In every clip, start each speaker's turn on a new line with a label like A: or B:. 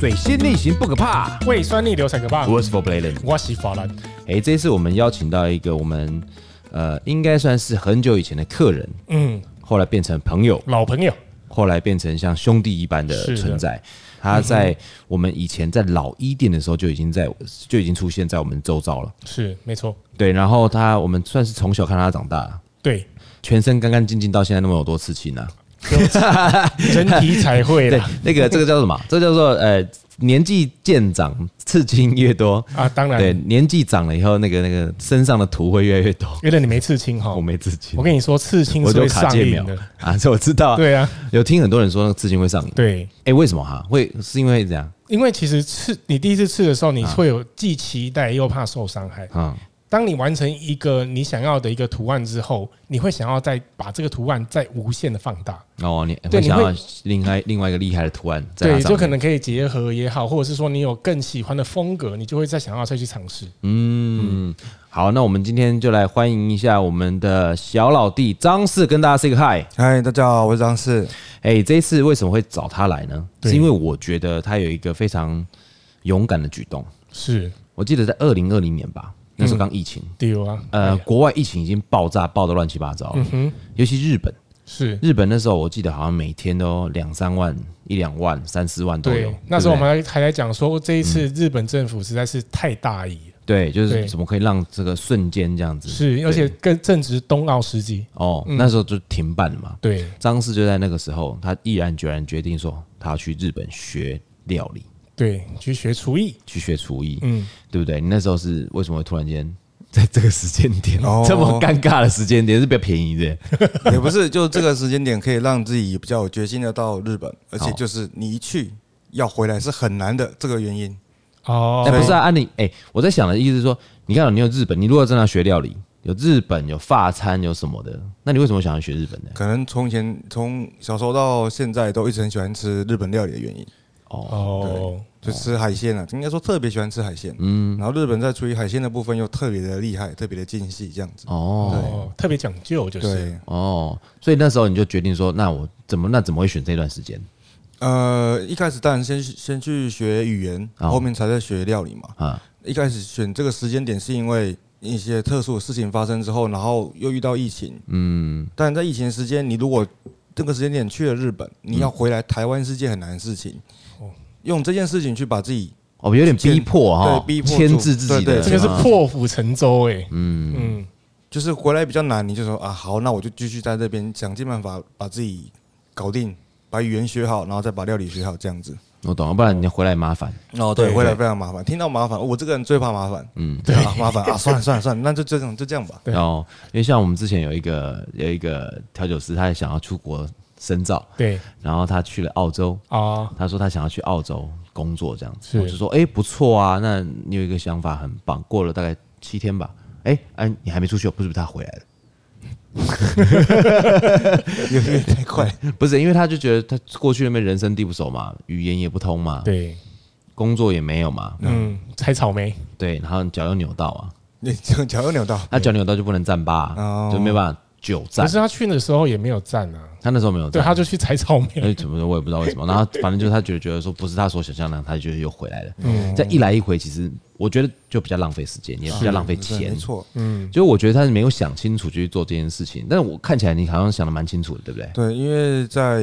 A: 水仙类型不可怕。
B: 胃酸逆流才可怕。
A: Words for Blayden。
B: 我洗法兰，
A: 哎，这次我们邀请到一个我们呃，应该算是很久以前的客人，
B: 嗯，
A: 后来变成朋友，
B: 老朋友，
A: 后来变成像兄弟一般的
B: 是的
A: 存在。他在我们以前在老一店的时候就已经在就已经出现在我们周遭了。
B: 是没错，
A: 对，然后他我们算是从小看他长大，
B: 对，
A: 全身干干净净，到现在那么有多刺青呢、啊
B: 人体彩绘
A: 对
B: 啦，
A: 那个这个叫什么？这个叫做呃，年纪渐长，刺青越多。
B: 啊，当
A: 对，
B: 然，
A: 年纪长了以后，那个那个身上的图会越来越多。
B: 因为你没刺青哈
A: 我，没刺青
B: 我，跟你说，刺青
A: 我
B: 是
A: 就
B: 会
A: 卡
B: 上
A: 介
B: 瘾
A: 苗
B: 的，
A: 啊，这我知道。
B: 对啊，
A: 有听很多人说那个刺青会上瘾。
B: 对，
A: 哎、为什么哈、会是因为这样
B: 因为其实刺你第一次刺的时候，你会有既期待又怕受伤害。
A: 啊？
B: 当你完成一个你想要的一个图案之后，你会想要再把这个图案再无限的放大，
A: 哦，你会
B: 对你
A: 想
B: 会
A: 要另外另外一个厉害的图案在它
B: 对，
A: 上面
B: 就可能可以结合也好，或者是说你有更喜欢的风格，你就会再想要再去尝试。
A: 嗯，好，那我们今天就来欢迎一下我们的小老弟张四，跟大家 say 个 hi。
C: 嗨，哎大家好，我是张四。
A: 哎、这一次为什么会找他来呢？
B: 对
A: 是因为我觉得他有一个非常勇敢的举动。
B: 是，
A: 我记得在二零二零年吧，那
B: 嗯
A: 时候刚疫情，
B: 丢啊，
A: 呃，国外疫情已经爆炸，爆得乱七八糟了。
B: 嗯
A: 尤其日本，
B: 是
A: 日本那时候我记得好像每天都两三万、一两万、三四万都有
B: 对。。那时候我
A: 对不嗯
B: 们还还在讲说，这一次日本政府实在是太大意了，
A: 对对，就是
B: 对
A: 怎么可以让这个瞬间这样子？
B: 是，而且嗯更正值冬奥时机，
A: 哦，那时候就停办了嘛。
B: 对
A: 张氏就在那个时候，他毅然决然决定说，他要去日本学料理，
B: 对，去学厨艺，
A: 去学厨艺。
B: 嗯，
A: 对不对？你那时候是为什么会突然间在这个时间点、
C: 哦
A: 这么尴尬的时间点是比较便宜的？
C: 也不是，就这个时间点可以让自己比较有决心的到日本，而且
A: 好
C: 就是你一去要回来是很难的这个原因。
B: 哦
A: 哎、不是啊，啊你哎、我在想的意思是说，你看你有日本，你如果真的要学料理，有日本有法餐有什么的，那你为什么想要学日本呢？
C: 可能从前从小时候到现在都一直很喜欢吃日本料理的原因，
A: 哦，
B: 哦，
C: 就吃海鲜啊，应该说特别喜欢吃海鲜。嗯，然后日本在处理海鲜的部分又特别的厉害，特别的精细，这样子。
A: 哦
B: 哦，特别讲究就是，
C: 对，
A: 哦，所以那时候你就决定说，那我怎么那怎么会选这段时间
C: 呃，一开始当然先去先去学语言，
A: 哦
C: 后面才在学料理嘛。
A: 啊？
C: 一开始选这个时间点是因为一些特殊的事情发生之后，然后又遇到疫情，嗯，但在疫情时间，你如果这个时间点去了日本，你要回来台湾是件很难的事情。用这件事情去把自己
A: 哦，有点逼迫
C: 对
A: 哈，
C: 逼迫
A: 牵
C: 住
A: 制自己
C: 对
A: 的，
B: 这
C: 对
B: 个是
A: 啊
B: 破釜沉舟哎，嗯嗯，
C: 就是回来比较难，你就说啊好，那我就继续在这边想尽办法把自己搞定，把语言学好，然后再把料理学好，这样子。
A: 我懂了，不然你回来麻烦。
C: 哦，
B: 对
C: 回来非常麻烦。听到麻烦，我这个人最怕麻烦。嗯，对啊，麻烦啊，算了算了算了，那就这样就这样吧。
B: 对
A: 然后，哦因为像我们之前有一个有一个调酒师，他想要出国深造，
B: 对
A: 然后他去了澳洲，
B: 啊，
A: 他说他想要去澳洲工作这样子，
B: 是
A: 我就说哎、不错啊，那你有一个想法很棒。过了大概七天吧，哎、哎、你还没出去哦，不是不是他回来了，
C: 有点太快 了，
A: 不是因为他就觉得他过去那边人生地不熟嘛，语言也不通嘛，
B: 对，
A: 工作也没有嘛，
B: 嗯，采草莓，
A: 对，然后脚又扭到啊，
C: 你脚脚又扭到。
A: 那脚扭到就不能站吧、
C: 哦
A: 就没办法久
B: 可
A: 站
B: 是，他去的时候也没有站啊，
A: 他那时候没有
B: 对，
A: 站。
B: 他就去采草莓，
A: 哎，怎么的我也不知道为什么。然后反正就是他觉得觉得说不是他所想象那样，他就觉得又回来了。
B: 嗯
A: 这样一来一回，其实我觉得就比较浪费时间，也比较浪费
C: 对
A: 钱
C: 没。错。
A: 就我觉得他是没有想清楚就去做这件事情，但我看起来你好像想的蛮清楚的，对不对？
C: 对，因为在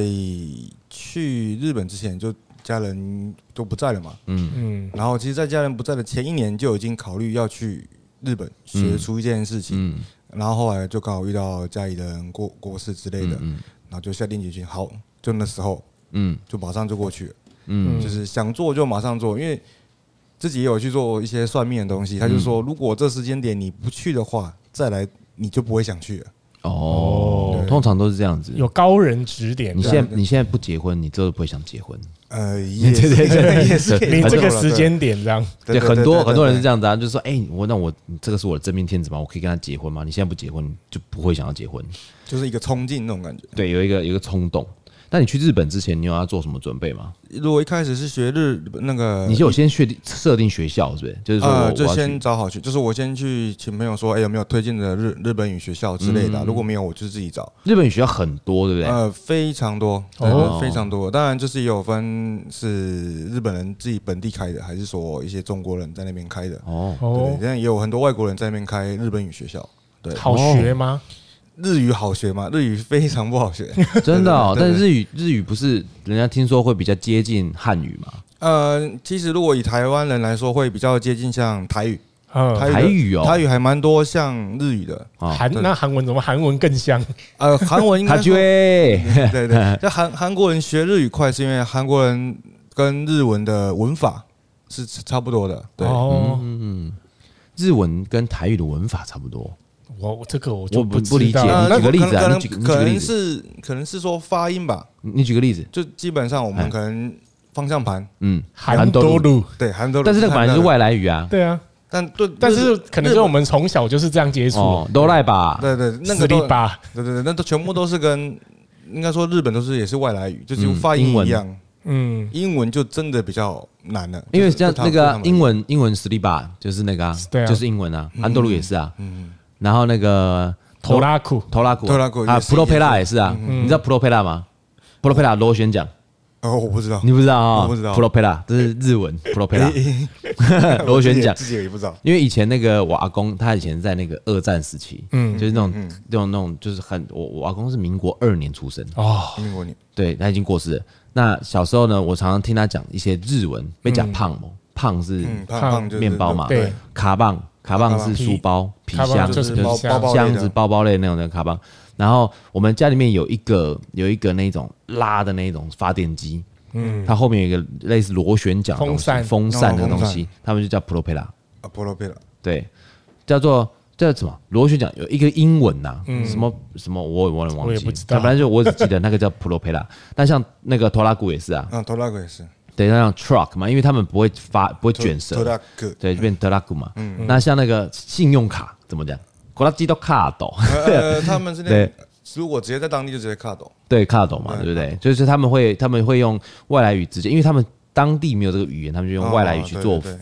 C: 去日本之前，就家人都不在了嘛。
B: 嗯，
C: 然后，其实，在家人不在的前一年，就已经考虑要去日本学出一件事
A: 嗯
C: 情。然后后来就刚好遇到家里的人过过世之类的，然后就下定决心，好，就那时候
A: 嗯
C: 就马上就过去了。
A: 嗯，
C: 就是想做就马上做，因为自己也有去做一些算命的
A: 嗯
C: 东西，他就说，如果这时间点你不去的话，再来你就不会想去了。
A: 哦，通常都是这样子。
B: 有高人指点，
A: 你现在你现在不结婚，你之后都不会想结婚。
C: 呃，也是 也是可以
B: 你
C: 做
B: 这个
C: 了
B: 时
C: 对
B: 间点这样，
C: 对
A: 对，
C: 对
A: 很
C: 对
A: 多
C: 对
A: 很多人是
C: 对
A: 这样子啊，就是说，哎，我那我这个是我的真命天子嘛，我可以跟他结婚吗？你现在不结婚，就不会想要结婚。
C: 就是一个冲劲那种感觉。
A: 对，有一个有一个冲动。那你去日本之前，你有要做什么准备吗？
C: 如果一开始是学日那个，
A: 你是有先确定设定学校是不是？就是说我
C: 呃，
A: 我
C: 就
A: 要
C: 先
A: 去
C: 找好去，就是我先去请朋友说，哎、有没有推荐的日日本语学校之类的啊、
A: 嗯
C: 如果没有，我就自己找。
A: 日本语学校很多，对不对？
C: 呃，非常多，对
A: 哦
C: 非常多。当然，就是也有分是日本人自己本地开的，还是说一些中国人在那边开的。
A: 哦，
C: 对，
B: 哦
C: 现，在也有很多外国人在那边开日本语学校。对，
B: 好学吗？
C: 日语好学吗？日语非常不 好学。
A: 真的哦。
C: 对
A: 但
C: 对
A: 是日语日语不是人家听说会比较接近汉语嘛？
C: 呃，其实如果以台湾人来说，会比较接近像台语，
B: 嗯，
C: 的
A: 台语哦
C: 台语还蛮多像日语的。
A: 啊，
B: 韩
C: 对
B: 那韩文怎么韩文更香？
C: 呃，韩文应该
A: 他
C: 说
A: 就会
C: 对对，就韩韩国人学日语快，是因为韩国人跟日文的文法是差不多的。对，
B: 哦，
A: 嗯日文跟台语的文法差不多。
B: 我我这个我就
A: 我不
B: 知
A: 不理解
B: 道
A: 你
C: 呃
A: 举个例子啊
C: 可
A: 你
C: 能
A: 举
C: 可
A: 你举个
C: 能可
A: 例
C: 能
A: 子
C: 是可能是说发音吧，
A: 你你举个例子，
C: 就基本上我
A: 哎
C: 们可能方向盘
A: 嗯，
B: 韩多
A: 路，
B: 路，
C: 对韩都，
A: 但是那个本来就是，外来语啊，
B: 对啊，
C: 但对，
B: 但
C: 日
B: 是可能跟我们从小就是这样接触，
A: 哦，都来吧，
C: 对对那
B: 私
C: 个
B: 立
C: 都
B: 吧，
C: 对对对，那都全部都是跟应该说日本都是也是外来语，就是
A: 嗯
C: 发
A: 英
C: 音
A: 文
C: 一样，
B: 嗯，
C: 英文就真的比较难了，
A: 因为
C: 就是
A: 像那
C: 对他们
A: 个
C: 对他
A: 啊
C: 们
A: 英文英文 s l e e p 就是那个啊，
B: 对啊
A: 就是英文
C: 嗯
A: 啊，安多路也是啊，然后那个
B: 头拉苦，
A: 头拉古
C: 头拉古
A: 啊，
C: 也是嗯
A: 普罗佩拉也是啊，你知道普罗佩拉吗？普罗佩拉螺旋桨，
C: 哦，我不知道，
A: 你不知道啊？
C: 我不知道哎
A: 普罗佩拉这是日文，普罗佩拉螺
C: 我自己
A: 旋
C: 也
A: 桨。
C: 自己也不知道，
A: 因为以前那个我阿公，他以前在那个二战时期，嗯，
B: 嗯
A: 就是那种那种那种，就是很我我阿公是民国二年出生，
B: 哦，
C: 英文你
A: 对他已经过世了。那小时候呢，我常常听他讲一些日文，被讲胖嘛，胖是
C: 嗯，胖
B: 胖
C: 胖就是
A: 面包嘛，
B: 对，
A: 卡棒卡棒是书包、皮
B: 卡棒
A: 箱，
B: 就是
C: 包
B: 皮箱
C: 包包类的
A: 箱子、包包类那种的卡棒。然后我们家里面有一个有一个那种拉的那种发电机，嗯，它后面有一个类似螺旋桨的东西风
B: 风扇
A: 扇的
C: 哦
A: 东
C: 风
A: 西，他们就叫 p r o p e l a
C: 啊，菠萝贝了。
A: 对，叫做叫什么螺旋桨，有一个英文呐、什么什么我我也忘记，
B: 嗯我也不知道
A: 反正就我只记得那个叫 p r o p e l a 但像那个拖拉鼓也是啊，
C: 嗯，拖拉哥也是，
A: 对，那像 truck 嘛，因为他们不会发不会卷舌
C: 拖，拉哥，
A: 对，就变德拉古嘛。
C: 嗯
A: 那像那个信用卡怎么讲？国拉基都卡斗，
C: 呃，他们是那
A: 对
C: 种，如果直接在当地就直接卡抖，
A: 对卡斗嘛，对不对？就是他们会他们会用外来语直接，因为他们当地没有这个语言，他们就用外来语去
C: 哦
A: 做
C: 对对对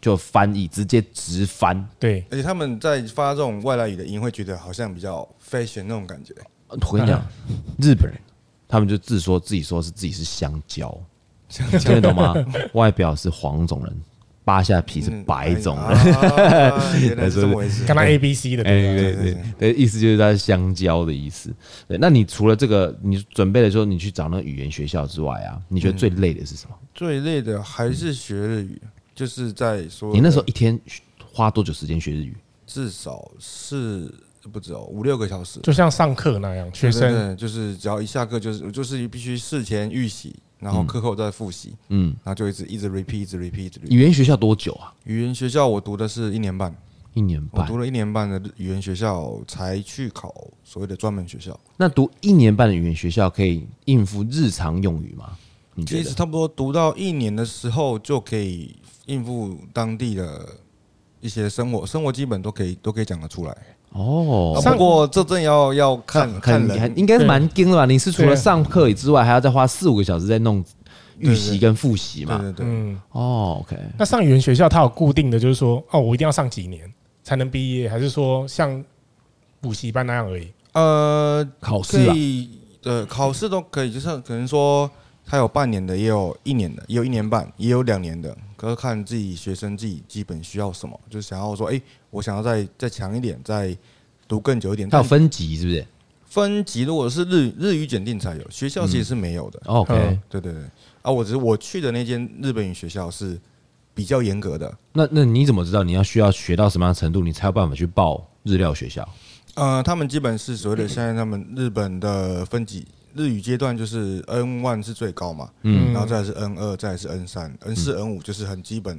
A: 就翻译，直接直翻，
B: 对，
C: 而且他们在发这种外来语的音，会觉得好像比较 fashion 那种感觉，
A: 我跟你讲，
C: 嗯
A: 日本人他们就自说自己说是自己是香蕉，听得懂吗？外表是黄种人，扒下皮是
C: 嗯
A: 白种人。
C: 啊，原来是这么回事。
B: 刚刚 A B C
C: 啊
B: 的，
A: 哎、
B: 对吧
A: 对对对，意思就是它是香蕉的意思。对，那你除了这个，你准备的时候，你去找那个语言学校之外啊，你觉得
C: 嗯
A: 最累的是什么？
C: 最累的还是学日语，就是在说
A: 你那时候一天花多久时间学日语？
C: 至少是不止哦，五六个小时。
B: 就像上课那样，学
C: 对
B: 生
C: 对，就是只要一下课就是就是必须事前预习，然后课后再复习，
A: 嗯，
C: 然后就一直一直 repeat，一直 repeat，一直 repeat。
A: 语言学校多久啊？
C: 语言学校我读的是一年半，
A: 一年
C: 我
A: 半。
C: 读了一年半的语言学校，才去考所谓的专门学校。
A: 那读一年半的语言学校可以应付日常用语吗？你觉
C: 其
A: 得
C: 实？差不多读到一年的时候，就可以应付当地的一些生活，生活基本都可以都可以讲得出来。
A: 哦
C: 啊，不过这真要要看看
A: 你还
C: 人，啊
A: 应该是蛮精的吧？你是除了
B: 对
A: 上课之外，还要再花四五个小时在弄预习跟复习
C: 对
A: 嘛？
C: 对对，
B: 嗯，
A: 哦，OK，
B: 那上语言学校它有固定的，就是说，哦，我一定要上几年才能毕业，还是说像补习班那样而已？
C: 呃，
A: 考试
C: 可
A: 啊，
C: 以，呃，考试都可以，就是可能说他有半年的，也有一年的，也有一年半，也有两年的，可是看自己学生自己基本需要什么，就是想要说，哎，我想要再再强一点，再读更久一点。
A: 它有
C: 但
A: 啊分级是不是
C: 分级如果是日日语检定才有，学校其实是没有的。
A: 哦？OK，
B: 嗯
C: 对对对，啊，我只是我去的那间日本语学校是比较严格的，
A: 那那你怎么知道你要需要学到什么样的程度，你才有办法去报日料学校？
C: 呃，他们基本是所谓的现在他们日本的分级，日语阶段就是 N one 是最高嘛，
B: 嗯
C: 然后再来是 N 二，再来是 N 三，N 四 N 五就是很基本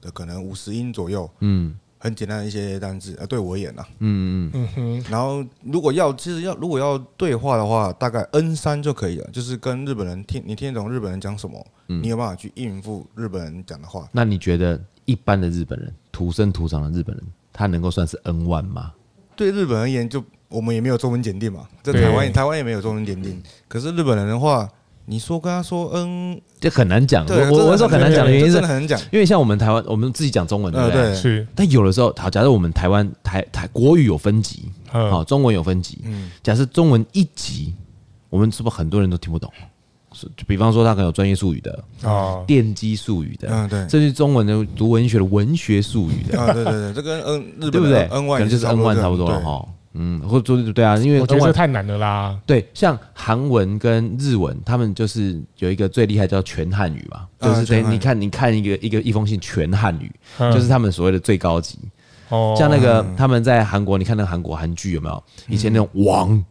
C: 的，可能五十音左右，
A: 嗯
C: 很简单的一些单字，呃，对我演啊，
A: 嗯嗯，
B: 嗯哼，
C: 然后如果要其实要如果要对话的话，大概 N 三就可以了，就是跟日本人听你听得懂日本人讲什么，
A: 嗯
C: 你有办法去应付日本人讲的话，
A: 那你觉得一般的日本人，土生土长的日本人，他能够算是 N one 吗？
C: 对日本而言就我们也没有中文检定嘛，在
B: 对
C: 台湾台湾也没有中文检定，可是日本人的话，你说跟他说嗯，
A: 这很难讲。
C: 对，啊
A: 我我我说很难讲的原因是
C: 真的，很难讲，
A: 因为像我们台湾，我们自己讲中文，对
C: 呃，
A: 不对？
C: 对，
B: 是，
A: 但有的时候，好，假设我们台湾台台国语有分级，好、
B: 嗯，
A: 中文有分级。
C: 嗯
A: 假设中文一级，我们是不是很多人都听不懂？是就比方说，他可能有专业术语的、
B: 哦，
A: 电机术语的，
C: 嗯对，
A: 甚至中文的读文学的文学术语的，
C: 啊对对对，这跟 N
A: 对
C: 日本
A: 不对
C: 的？N
A: 可
C: one
A: 能就是 N one 差不多了哈。嗯，或者对对啊，因为
B: 我
A: N
B: 觉得这
A: one
B: 太难了啦。
A: 对，像韩文跟日文，他们就是有一个最厉害叫全汉语嘛，
C: 啊
A: 就是等
C: 全汉
A: 于
C: 语
A: 你看你看一个一个一封信全汉语，
B: 嗯
A: 就是他们所谓的最高级。
B: 哦，
A: 像那个他们在韩国，你看那个韩国韩剧有没有？以前那种王，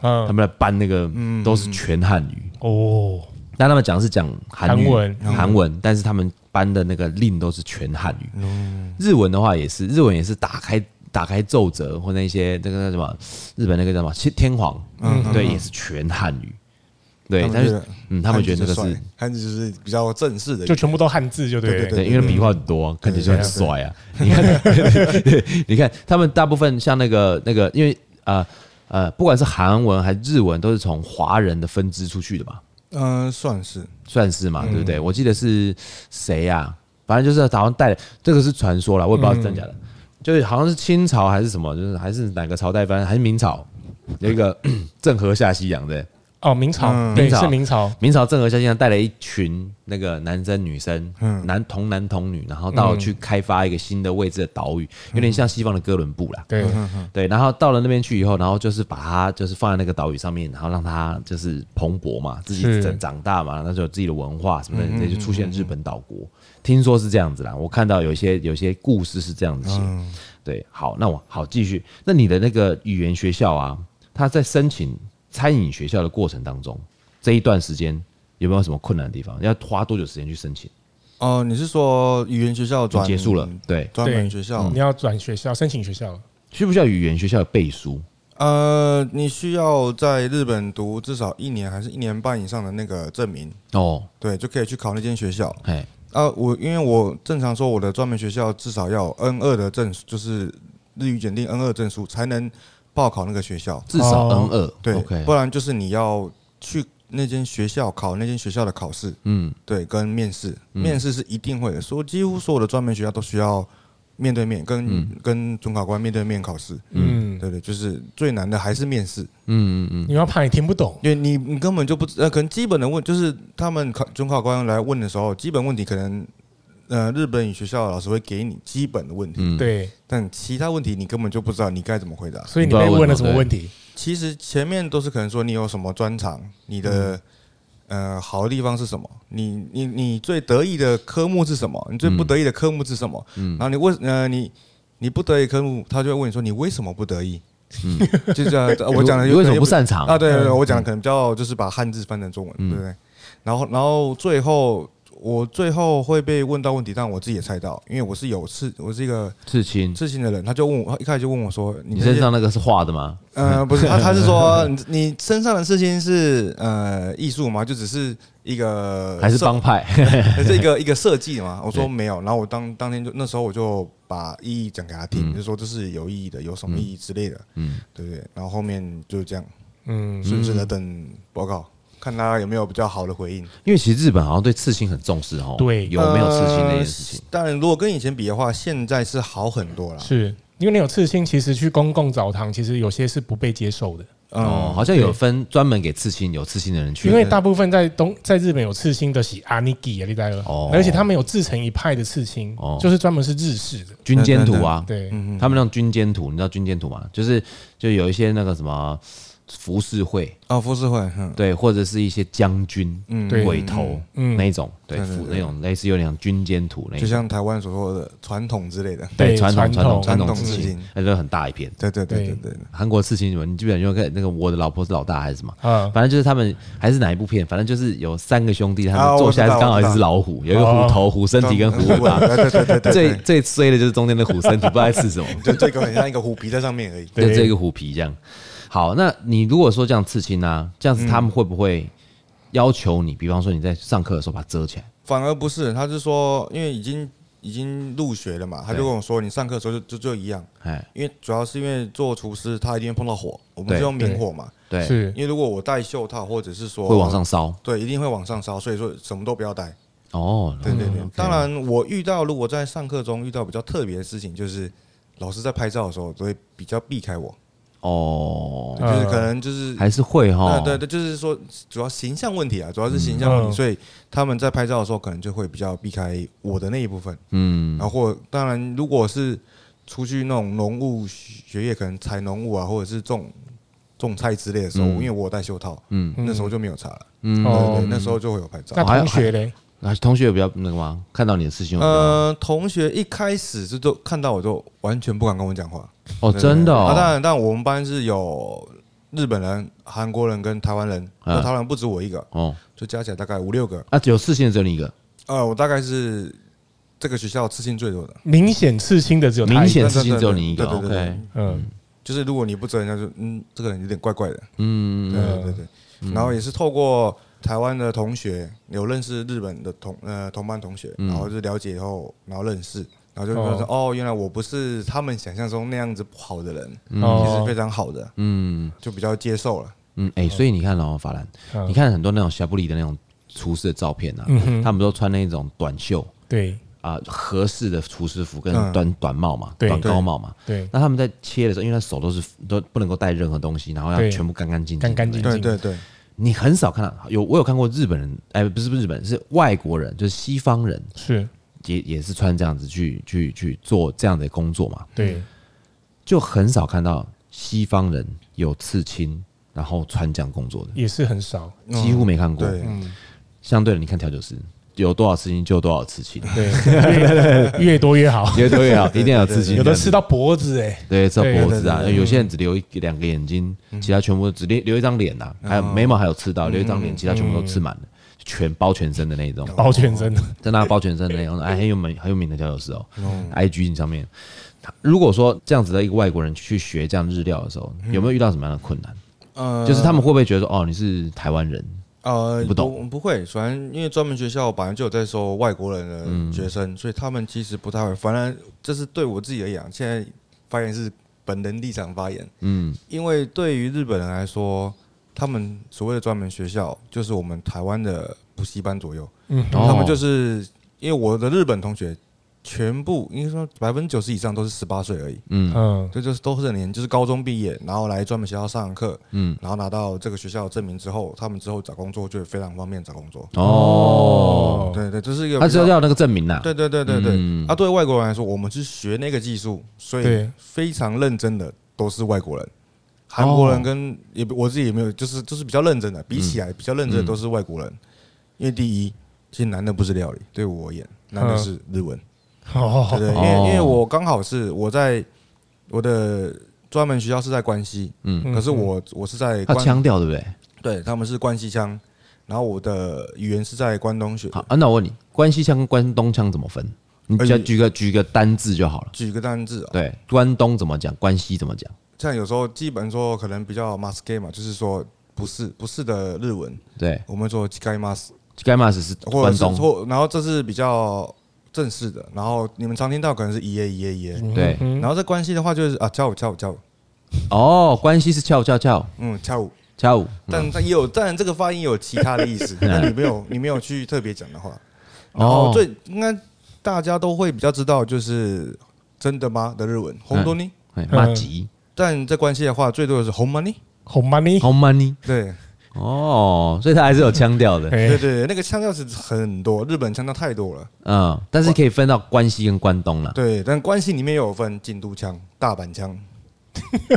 A: 他
B: 嗯，
A: 们来搬那个都是全汉语，
B: 哦，
A: 但他们讲的是讲韩语
B: 韩文
A: 韩文，但是他们搬的那个令都是全汉语。
C: 嗯
A: 日文的话也是，日文也是打开打开奏折或那些那个叫什么日本那个叫什么天天皇，
C: 嗯
A: 对，也是全汉语。对，
C: 他们
A: 但
C: 觉
A: 是
C: 得
A: 嗯，他们觉得那个
C: 汉字
A: 是
C: 帅汉字就是比较正式的，
B: 就全部都汉字，就对了
A: 对，
C: 对
A: 因为笔画很多，看起来就很帅啊。 你看，对你看他们大部分像那个那个，因为呃呃，不管是韩文还是日文，都是从华人的分支出去的嘛，
C: 嗯算是
A: 算是嘛，对不对？我记得是谁呀？反正就是好像带这个是传说了，我也不知道是真假的，就是好像是清朝还是什么，就是还是哪个朝代，反正还是明朝有一个 郑和下西洋的，
B: 哦，明朝，
C: 嗯
B: 对，
A: 明朝
B: 是明朝，
A: 明朝郑和下西洋带了一群那个男生女生，男童男童女，然后到去开发一个新的位置的岛屿，有点像西方的哥伦布啦。
B: 对，
A: 对，然后到了那边去以后，然后就是把它就是放在那个岛屿上面，然后让它就是蓬勃嘛，自己
B: 是
A: 长长大嘛，那就有自己的文化什么的，
C: 嗯
A: 这就出现日本岛国。听说是这样子啦，我看到有一些有一些故事是这样子写。
C: 嗯
A: 对，好，那我好继续。那你的那个语言学校啊，他在申请餐饮学校的过程当中，这一段时间有没有什么困难的地方？要花多久时间去申请？
C: 哦，你是说语言学校
A: 就
C: 转
A: 结束了，嗯对，
C: 专门
B: 对
C: 学校
B: 你要转学校，申请学校了，
A: 需不需要语言学校的背书？
C: 呃，你需要在日本读至少一年还是一年半以上的那个证明，
A: 哦，
C: 对，就可以去考那间学校。
A: 哎，
C: 啊，我因为我正常说我的专门学校至少要 N 二的证书，就是日语检定 N 二证书才能报考那个学校，
A: 至少
B: 哦
A: N 二、
C: 对
A: o k
C: 不然就是你要去那间学校考那间学校的考试，
A: 嗯，
C: 对，跟面试，面试是一定会的，所以几乎所有的专门学校都需要面对面跟、跟准考官面对面考试，
B: 嗯，
C: 对对，就是最难的还是面试。
A: 嗯嗯嗯，
B: 因为怕你听不懂，
C: 因为你你根本就不知呃，可能基本的问就是他们考准考官来问的时候，基本问题可能呃日本语学校的老师会给你基本的问
A: 嗯
C: 题，
B: 对，
C: 但其他问题你根本就不知道你该怎么回答。
B: 所以你
A: 你不知
B: 被
A: 道问
B: 问了
A: 什
B: 什
A: 么
B: 么问题？
C: 其实前面都是可能说你有什么专长，你
A: 嗯
C: 的、呃好的地方是什么，你你你最得意的科目是什么，你最不得意的科目是什么，
A: 嗯
C: 然后你为呃你你不得意科目，他就会问你说你为什么不得意。嗯， 就这样，我讲的
A: 你
C: 有
A: 为什
C: 可能
A: 么
C: 也
A: 不擅长
C: 啊，对对对，我讲的可能比较就是把汉字翻成中文，
A: 嗯
C: 对不对？然后然后最后我最后会被问到问题，但我自己也猜到，因为我是有刺，我是一个
A: 刺青，
C: 刺青的人，他就问我，他一开始就问我说，你
A: 你
C: 这些
A: 身上那个是画的吗？
C: 呃，不是，他他是说 你你身上的事情是呃艺术吗？就只是一个
A: 还是
C: 设
A: 帮 派？
C: 还是一 个一个设计嘛？我说
A: 对
C: 没有，然后我当当天就那时候我就把意义讲给他听，就说这是有意义的，有什么意义之类的，
A: 嗯，
C: 对不对？然后后面就这样
B: 嗯，
C: 顺顺的等报告，看他有没有比较好的回应。
A: 因为其实日本好像对刺青很重视哦。
B: 对
A: 有没有刺青这件事情
C: 呃？当然，如果跟以前比的话，现在是好很多了。
B: 是因为你有刺青，其实去公共澡堂，其实有些是不被接受的，
C: 呃
A: 哦，好像有分专门给刺青有刺青的人去
B: 因。为大部分在东在日本有刺青的是阿尼基啊，你在了
A: 哦，
B: 而且他们有自成一派的刺青
A: 哦，
B: 就是专门是日式的，
A: 军监图啊，
B: 对，
C: 嗯
A: 他们那种军监图，你知道军监图吗？就是就有一些那个什么服饰会，
C: 哦，浮世会，嗯，
A: 对，或者是一些将军、
B: 对
A: 鬼头
B: 嗯
A: 那一种，对，
C: 对对
A: 服
C: 对
A: 那种类似有点像军监图那一
C: 就
A: 种，
C: 像台湾所说的传统之类的。
A: 对，
B: 对
A: 传统传
B: 传
A: 统
B: 统
A: 传统
C: 传统
A: 刺
C: 刺
A: 青
C: 青，
A: 那就很大一片。
C: 对对对
B: 对
C: 对对，
A: 韩国刺青，你们基本上看那个我的老婆是老大还是什么？
B: 啊，
A: 反正就是他们还是哪一部片，反正就是有三个兄弟，他
C: 啊
A: 们
C: 我
A: 坐下来
C: 知道哦
A: 刚好
C: 我知
A: 一
C: 道
A: 只老虎，有一个虎头、虎身体跟虎尾巴。
C: 对对对对对，
A: 最最衰的就是中间的虎身体，不知道在吃 什么，
C: 就这个很像一个虎皮在上面而已。
A: 就
B: 对
A: 这个虎皮这样。好，那你如果说这样刺青啊，这样子
C: 嗯
A: 他们会不会要求你？比方说你在上课的时候把它遮起来，
C: 反而不是，他是说，因为已经已经入学了嘛，他就
A: 对
C: 跟我说，你上课的时候就就就一样，
A: 哎，
C: 因为主要是因为做厨师，他一定会碰到火，我们
A: 对
C: 是用明火嘛，
A: 对，
B: 是
C: 因为如果我戴袖套或者是说
A: 会往，上烧
C: 对，一定会往上烧，所以说什么都不要戴。
A: 哦。
C: 对对对
A: 嗯，
C: 当，然我遇到如果在上课中遇到比较特别的事情，就是老师在拍照的时候都会比较避开我，
A: 哦，
C: 就是
B: 嗯
C: 可能就是
A: 还是会哈
C: 那，对对，就是说主要形象问题啊，主要是形象问
B: 嗯
C: 题，所以他们在拍照的时候可能就会比较避开我的那一部分，
A: 嗯，
C: 然后或当然如果是出去那种农务学业，可能采农务啊，或者是种种菜之类的时候，
A: 嗯
C: 因为我有戴袖套，
A: 嗯
C: 那时候就没有查了，
A: 嗯
C: 对
B: 哦
C: 对，那时候就会有拍照
B: 那。
A: 还有
B: 同学嘞，
A: 那同学有比较那个吗？看到你的事情有比较
C: 呃，同学一开始是都看到我就完全不敢跟我讲话，
A: 哦，
C: 对
A: 真的
C: 对对啊，当
A: 哦，
C: 然，但我们班是有日本人、韩国人跟台湾人，
A: 嗯
C: 那台湾人不止我一个，
A: 哦，
C: 就加起来大概五六个。
A: 啊，只有四线只有你一个，
C: 呃，我大概是这个学校刺青最多的，
B: 明显刺青的只有他一个
A: 明显事情只有你一个
C: 对对对对
A: ，OK，
B: 嗯
C: 就是如果你不责人家就嗯，这个人有点怪怪的。对
A: 嗯，
C: 对对对。然后也是透过台湾的同学，有认识日本的同呃同班同学，然后就了解以后，然后认识，然后就说哦，原来我不是他们想象中那样子不好的人，其实
B: 哦
C: 非常好的，
A: 嗯
C: 就比较接受了。
A: 嗯，哎，所以你看哦，法兰，
B: 嗯
A: 你看很多那种小布里的那种厨师的照片啊，他们都穿那种短袖
B: 对
A: 啊，合适的厨师服跟
C: 嗯
A: 短短帽嘛，
B: 对
A: 短高帽嘛。
B: 对，
A: 那他们在切的时候，因为他手都是都不能够带任何东西，然后要
B: 对
A: 全部干干净净，
B: 干干净
C: 对对对，
A: 你很少看到有，我有看过日本人，哎、不是不是日本人，是外国人，就是西方人，
B: 是，
A: 也也是穿这样子去去去做这样的工作嘛，
B: 对
A: 就很少看到西方人有刺青，然后穿这样工作的，
B: 也是很少，
A: 几乎没看过。
C: 对，
A: 相对的，你看调酒师有多少刺青就有多少刺青，
B: 对，越越多越好，
A: 绝对啊，一定要有刺青，
B: 有
A: 这
B: 的
A: 样子
B: 吃到脖子哎，
C: 欸
A: 对，这
B: 对
A: 脖子啊，
C: 对对对
A: 有些人只留一两个眼睛，其他全部只留留一张脸呐，还有眉毛还有刺到，留一张脸，其他全部都刺满了，全包全身的那种，
B: 包全身，
A: 真的包全身的那种，哎，很有名很有名的调酒师哦，IG
C: 嗯
A: 上面。他如果说这样子的一个外国人去学这样日料的时候，有没有遇到什么样的困难？
C: 嗯呃
A: 就是他们会不会觉得说，哦，你是台湾人？
C: 呃，
A: 不懂
C: 不会，反正因为专门学校本来就有在收外国人
A: 嗯
C: 的学生，所以他们其实不太会。反正这是对我自己而言啊，现在发言是本人立场发言，
A: 嗯，
C: 因为对于日本人来说，他们所谓的专门学校就是我们台湾的补习班左右，
B: 嗯，
A: 哦
C: 他们就是因为我的日本同学全部应该说百分之九十以上都是十八岁而已，
A: 嗯
B: 嗯，
C: 这就是都是年就是高中毕业，然后来专门学校上课，
A: 嗯，
C: 然后拿到这个学校的证明之后，他们之后找工作就会非常方便找工作。
A: 哦，
C: 对对，这是一个
A: 他
C: 比
A: 只
C: 较。
A: 有要那个证明呐。
C: 对对对对对，
A: 嗯
C: 啊，对外国人来说，我们是学那个技术，所以
B: 对
C: 非常认真的都是外国人，韩国人跟也不我自己也没有，就是就是比较认真的，比
A: 嗯
C: 起来比较认真的都是外国人，因为第一，其实难的不是料理，对我而言，难的是日文，对
B: 哦，
C: 对，因
A: 哦
C: 为因为我刚好是我在我的专门学校是在关西，
A: 嗯啊
C: 可是我我是在
A: 他
C: 关，
A: 腔调对不对？
C: 对他们是关西腔，然后我的语言是在关东学的，
A: 好，啊那我问你，关西腔跟关东腔怎么分？你
C: 哎
A: 举举个举个单字就好了。
C: 举个单字啊，
A: 对，关东怎么讲？关西怎么讲？
C: 像有时候基本说可能比较 maske 嘛，就是说不是不是的日文，
A: 对
C: 我们说 sky mas，
A: g a m a s 是
C: 或
A: 关
C: 者是
A: 东，
C: 或然后这是比较正式的，然后你们常听到可能是 e a e a e a，
A: 对，
C: 然后在关系的话就是啊跳舞跳舞跳舞，
A: 哦，关西是翘翘翘
C: 嗯跳舞，
A: 翘舞，
C: 但它也有但这个发音也有其他的意思，但你没有你没有去特别讲的话，然后最应该大家都会比较知道就是真的吗的日文红多尼，
A: 哎，马吉
C: 但在关系的话最多的是红 money，
B: 红 money，
A: ，How money？
C: 对。
A: 哦，所以他还是有腔调的，
B: 哎
C: 对，对，对那个腔调是很多，日本腔调太多了。
A: 嗯，但是可以分到关西跟关东了。
C: 对，但关系里面也有分京都腔、大阪腔，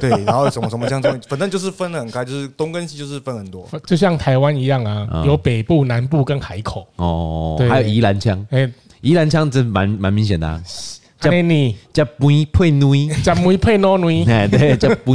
C: 对，然后什么什么腔，什么反正就是分得很开，就是东跟西就是分很多。
B: 就像台湾一样啊
A: 嗯，
B: 有北部、南部跟海口，
A: 哦，
B: 对
A: 还有宜兰腔，
B: 哎，
A: 宜兰腔真蛮蛮明显的啊，
B: 阿内尼，
A: 叫不配努，
B: 咱们配诺尼，
A: 哎，对，叫不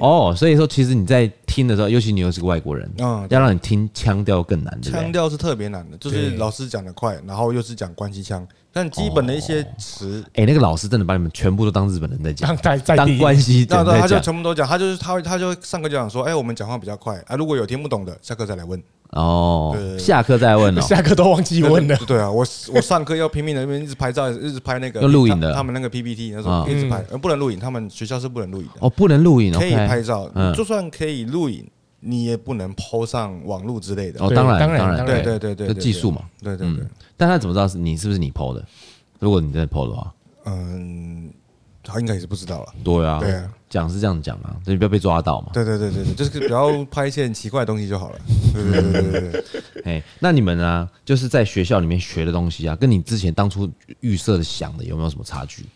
A: 哦，所以说其实你在听的时候，尤其你又是个外国人，
C: 嗯，
A: 要让你听腔调更难，对不
C: 腔
A: 对？
C: 调是特别难的，就是
B: 对
C: 老师讲的快，然后又是讲关系腔，但基本的一些词，
A: 哎，那个老师真的把你们全部都当日本人在讲
B: 当，在在
A: 当
B: 地，
A: 关西
C: 那
A: 人
C: 那
A: 在
C: 他就
A: 讲，
C: 全部都讲，他就是他会他就会上课就讲说，哎，我们讲话比较快啊，如果有听不懂的，下课再来问。
A: 哦
C: 对，
A: 下课再 问哦。
B: 下课都忘记问了。
C: 对啊，我我上课要拼命的那边一直拍照，一直拍那个
A: 要录影的
C: 他他们那个 PPT 那
A: 啊
C: 种一直拍，呃不能录影，他们学校是不能录影的，
A: 哦，不能录影哦，
C: 可以拍照
A: 嗯，
C: 就算可以录影，你也不能 PO 上网络之类的。
A: 哦，
B: 对
A: 当然
B: 当然
A: 当然，
B: 当
C: 对
B: 然
C: 对对对，
A: 这
C: 对
A: 技术嘛。
C: 对对对，
A: 但他怎么知道是你是不是你 PO 的？如果你真的 PO 的话，
C: 嗯，他应该也是不知道了。
A: 对啊，
C: 对啊
A: 讲是这样讲啊，所以不要被抓到嘛。
C: 对对对对对，就是不要拍一些很奇怪的东西就好了。对对对对对对，
A: 哎，那你们呢、就是在学校里面学的东西啊，跟你之前当初预设的想的有没有什么差距？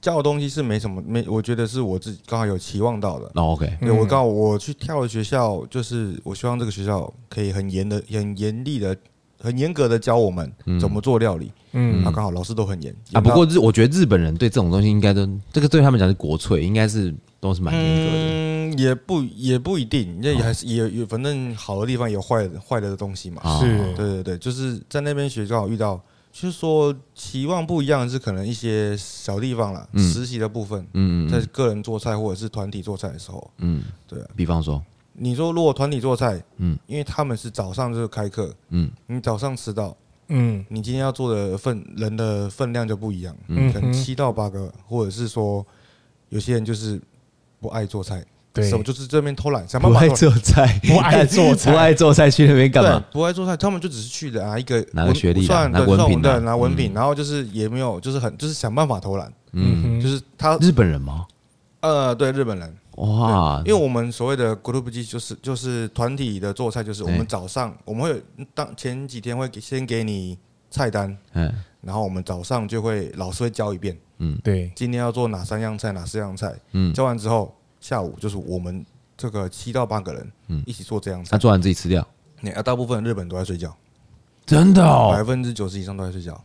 C: 教的东西是没什么，没我觉得是我自己刚好有期望到的。
A: 那、OK，哦啊
C: 对我刚好我去跳的学校，就是我希望这个学校可以很严的、很严厉的、很严格的教我们怎么做料理。嗯，啊，刚好老师都很严
A: 啊，
C: 严
A: 不
C: 到
A: 过日我觉得日本人对这种东西应该都，这个对他们讲是国粹，应该是都是蛮严格的。
C: 嗯，也不也不一定，那也还是也也，反正好的地方也有坏的坏的东西嘛。
A: 啊
B: 是
C: 对对对，就是在那边学刚好遇到，就是说期望不一样，是可能一些小地方啦，实习的部分，
A: 嗯
C: 在
A: 嗯
C: 个人做菜或者是团体做菜的时候，
A: 嗯，
C: 对啊
A: 比方说，
C: 你说如果团体做菜，
A: 嗯
C: 因为他们是早上就是开课，
A: 嗯
C: 你早上迟到，
B: 嗯
C: 你今天要做的份人的分量就不一样，
B: 嗯
C: 可能七到八个，或者是说有些人就是不爱做菜，
B: 对
C: 什，么就是这边偷懒，想办法偷懒
A: 做菜，
B: 不爱做菜
A: 不爱做菜去那边干嘛？
C: 对，不爱做菜，他们就只是去拿一个
A: 拿个
C: 文
A: 学历啦啊
C: 算
A: 拿
C: 对
A: 文
C: 算
A: 凭啦嗯
C: 对拿文凭，然后就是也没有，就是很就是想办法偷懒，
B: 嗯哼，
C: 就是他
A: 日本人吗？
C: 呃，对日本人，
A: 哇，
C: 因为我们所谓的 group G 就是就是团体的做菜，就是我
A: 对
C: 们早上我们会有当前几天会给先给你菜单，
A: 嗯
C: 然后我们早上就会老师会教一遍，
B: 对，
C: 今天要做哪三样菜，哪四样菜，
A: 嗯，
C: 教完之后下午就是我们这个七到八个
A: 嗯
C: 人一起做这样
A: 他
C: 菜，
A: 做完自己吃掉，
C: 你啊大部分日本都在睡觉。
A: 真的
C: 百
A: 哦，
C: 分之九十以上都在睡觉。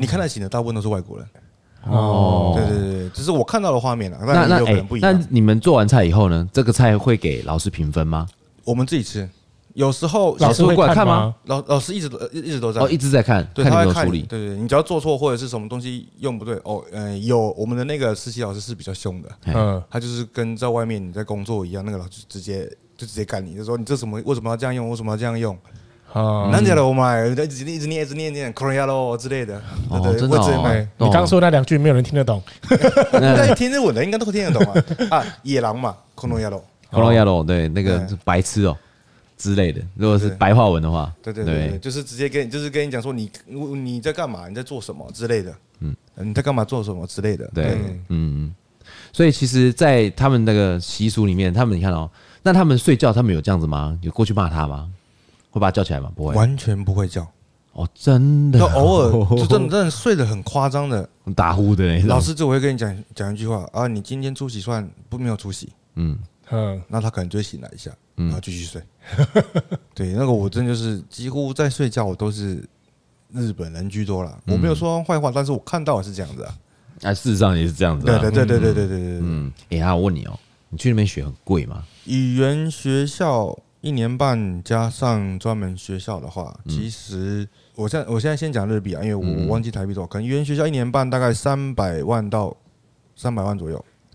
C: 你看得起的大部分都是外国人，
A: 哦，
C: 对对对对，只是我看到的画面了，
A: 那
C: 但
A: 那
C: 有可
A: 哎
C: 能不一
A: 那
C: 样。
A: 你们做完菜以后呢？这个菜会给老师评分吗？
C: 我们自己吃，有时候
A: 老
B: 老
A: 师
B: 师
A: 会
B: 会
A: 过来看
B: 看
A: 吗？
C: 老老师一直都呃一直都在
A: 哦，，一直在看，
C: 对，
A: 看你
C: 他
A: 有没
C: 会
A: 有
C: 看
A: 处
C: 你，
A: 理。
C: 对对，对你只要做错或者是什么东西用不对，哦，嗯，有我们的那个实习老师是比较凶的，
B: 嗯，
C: 他就是跟在外面你在工作一样，那个老师直接就直接干你，就说你这什么为什么要这样用，为什么要这样用，
B: 啊，
C: 那的我买，一直一直念一直念念 Korea 咯之类的，
A: 哦
C: 对对，
A: 真的
C: 我直接
A: 哦
C: 买。
B: 对哎你刚说那两句没有人听得懂，
C: 但听日文的应该都会听得懂啊。啊，野狼嘛，空中野狼，
A: h o l o y a l o 哦对，那个
C: 对
A: 白痴哦之类的。如果是
C: 对
A: 白话文的话，
C: 对对对对，就是直接跟你，就是跟你讲说你你在干嘛，你在做什么之类的，嗯，你在干嘛做什么之类的，
A: 对，嗯嗯。所以其实，在他们那个习俗里面，他们你看哦，那他们睡觉，他们有这样子吗？有过去骂他吗？会把他叫起来吗？不会。
C: 完全不会叫，
A: 哦，真的
C: 就
A: 哦，
C: 偶尔就真的真的睡得很夸张的，
A: 打呼的那种。
C: 老师就会跟你讲讲一句话啊，你今天出席算不没有出席，
A: 嗯，
B: 嗯，
C: 那他可能就会醒来一下，然后继续睡。对，那个我真的就是几乎在睡觉，我都是日本人居多啦，我没有说坏话，但是我看到的是这样子啊，
A: 啊，事实上也是这样子
C: 对
A: 啊。
C: 对对对对对对对对。
A: 嗯，哎，那我问你哦，你去那边学很贵吗？
C: 语言学校一年半加上专门学校的话，
A: 嗯
C: 其实我现在我现在先讲日币啊，因为我我忘记台币多少，可能语言学校一年半大概三百万到三百万左右，
A: 三嗯
C: 三百万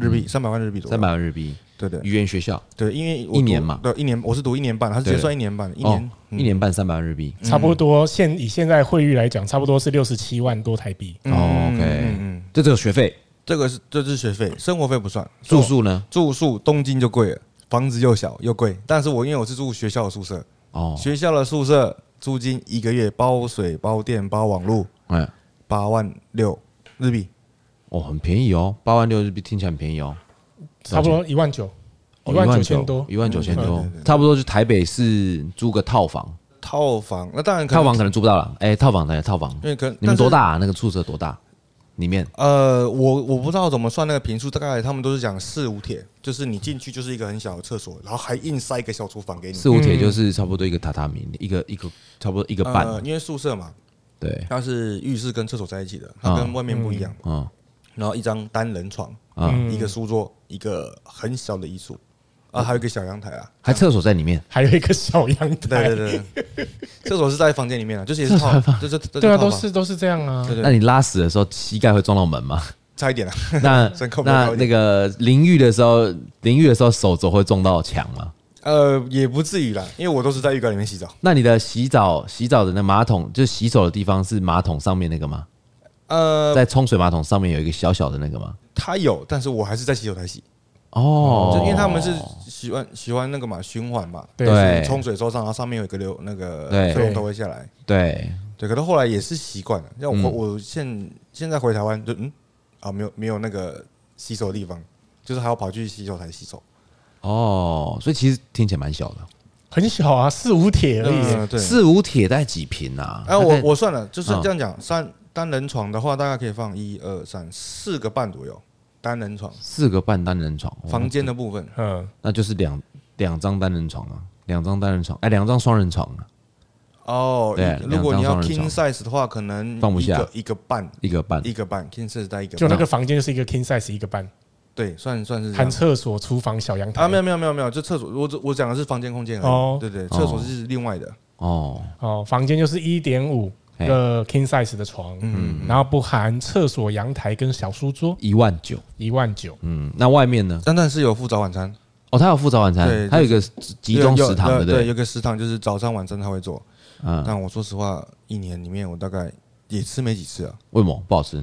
C: 日币，三百万日币左右，
A: 三百万日币，
C: 对对
A: 语言学校
C: 对，因为我读
A: 一年嘛
C: 对一年我是读一年半，他是直
A: 对
C: 接算一年半，一年
A: 哦一年半三百万日币。
B: 差不多现以现在汇率来讲，差不多是六十七万多台币。
C: 嗯
A: 哦，OK
C: 嗯嗯，
A: 就这个学费，
C: 这个是这是学费，生活费不算，
A: 住宿呢？
C: 住宿东京就贵了，房子又小又贵，但是我因为我是住学校的宿舍，
A: 哦，
C: 学校的宿舍租金一个月包水、包电、包网路，
A: 哎，
C: 八万六日币，
A: 哦，很便宜哦，八万六日币听起来很便宜哦，
B: 差不多一万九，一万九千多。
A: 一万九千多
C: 嗯对对，对
A: 差不多就台北市租个套房，
C: 套房那当然可能
A: 套房可能租不到了，哎，套房的套房，
C: 因为可能
A: 你们多？
C: 但是
A: 大啊？那个宿舍多大？里面
C: 呃，我我不知道怎么算那个平数，大概他们都是讲四五铁，就是你进去就是一个很小的厕所，然后还硬塞一个小厨房给你。
A: 四五铁就是差不多一个榻榻米，一个一个差不多一个
C: 呃
A: 半，，
C: 因为宿舍嘛，
A: 对，啊
C: 它是浴室跟厕所在一起的，它跟外面不一样。
A: 嗯
C: 然后一张单人床，
A: 嗯，
C: 一个书桌，一个很小的椅橱，啊，还有一个小阳台啊。
A: 还厕所在里面，
B: 还有一个小阳台
C: 对，对对，厕所是在房间里面啊，就是也是套，就是
B: 对啊，都。
C: 就是套房
B: 是都是这样啊。
C: 对
A: 那你拉屎的时候膝盖会撞到门 吗？
C: 差一点啊，
A: 那
C: 真靠不
A: 那
C: 了
A: 那个淋浴的时候，淋浴的时候手肘会撞到墙吗？
C: 呃，也不至于啦，因为我都是在浴缸里面洗澡。
A: 那你的洗澡洗澡的那马桶，就是洗手的地方是马桶上面那个吗？
C: 呃，
A: 在冲水马桶上面有一个小小的那个吗？
C: 他有，但是我还是在洗手台洗，
A: 哦，
C: 就因为他们是喜欢喜欢那个嘛循环嘛，
B: 对
A: 对
C: 冲水收上，然后上面有一个流那个
A: 对
C: 水龙头会下来。
A: 对，
C: 对，可是后来也是习惯了。像我、我现现在回台湾就嗯啊，没有没有那个洗手的地方，就是还要跑去洗手台洗手。
A: 哦，所以其实听起来蛮小的，
B: 很小啊，四五铁而已。
C: 嗯，对。
A: 四五铁带几瓶啊？
C: 哎、
A: 大
C: 我
A: 概
C: 我算了，就是
A: 嗯
C: 这样讲，三单人床的话，大概可以放一二三四个半左右，单人床
A: 四个半单人床，哦
C: 房间的部分。
B: 嗯，
A: 那就是两两张单人床啊，两张单人床，哎，两张双人床啊，
C: 哦，
A: 对
C: 一如果你要
A: 两张双人
C: king
A: 床
C: size 的话，可能
A: 放不
C: 一个
A: 下
C: 一个半，
A: 一个半，
C: 一个半 king size 带一个
B: 就那
C: 半，
B: 个房间就是一个 king size 一个半，
C: 对，算算是这
B: 含
C: 样。
B: 厕所、厨房、小阳台。
C: 啊，没有没有没有没有，就厕所，我我讲的是房间空间而已
B: 哦
C: 对对，
A: 哦
C: 厕所是另外的，
A: 哦，
B: 哦，房间就是一点五
A: 嘿
B: 个 king size 的床，
C: 嗯
B: 然后不含厕所、阳台跟小书桌，
A: 一万九，
B: 一万九。
A: 嗯，那外面呢？
C: 但但是有附早晚餐，
A: 哦，他有附早晚餐，
C: 对
A: 他有一个集中食堂，对
C: 有有
A: 不
C: 对
A: 对？
C: 有个食堂就是早餐晚餐他会做，
A: 嗯，
C: 但我说实话，一年里面我大概也吃没几次啊，
A: 为什么不好吃？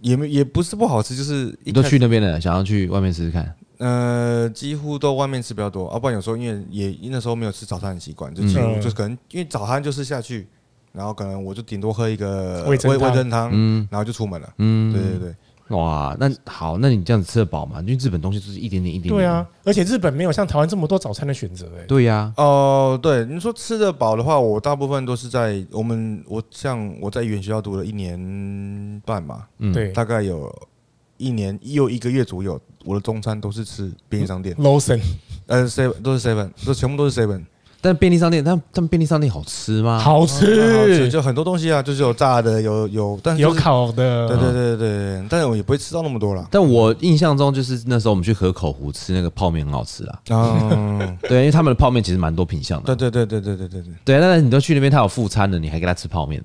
C: 也没也不是不好吃，就是
A: 你
C: 一
A: 都
C: 开
A: 去那边了，想要去外面试试看。
C: 呃，几乎都外面吃比较多，要、啊不然有时候因为也那时候没有吃早餐的习惯，就
A: 嗯
C: 几乎就可能因为早餐就是下去，然后可能我就顶多喝一个
B: 味噌汤
C: 味噌汤，
A: 嗯
C: 然后就出门了。对
A: 嗯，
C: 对对，
A: 哇，那好，那你这样子吃得饱吗？因为日本东西就是一点点一点点。
B: 对啊，，而且日本没有像台湾这么多早餐的选择、哎，
A: 对呀、
C: 哦、对，你说吃得饱的话，我大部分都是在我们我像我在语言学校读了一年半嘛，
A: 嗯
B: 对
C: 大概有一年又一个月左右，我的中餐都是吃便利 商店，
B: ，Lawson
C: 呃，seven 都是 seven，都全部都是 seven。
A: 但便利商店，但但便利商店好吃吗？，
B: 好
C: 很好吃
B: 吃，
C: 就很多东西啊，就是有炸的，有有，但是
B: 有
C: 就是
B: 烤
C: 对
B: 的，
C: 对对对对，但是我也不会吃到那么多啦。
A: 但我印象中就是那时候我们去河口湖吃那个泡面很好吃啦。
C: 嗯，
A: 对，因为他们的泡面其实蛮多品相
C: 对
A: 的。
C: 对对对对对对对。
A: 对，但是你都去那边，他有副餐的，你还给他吃泡面。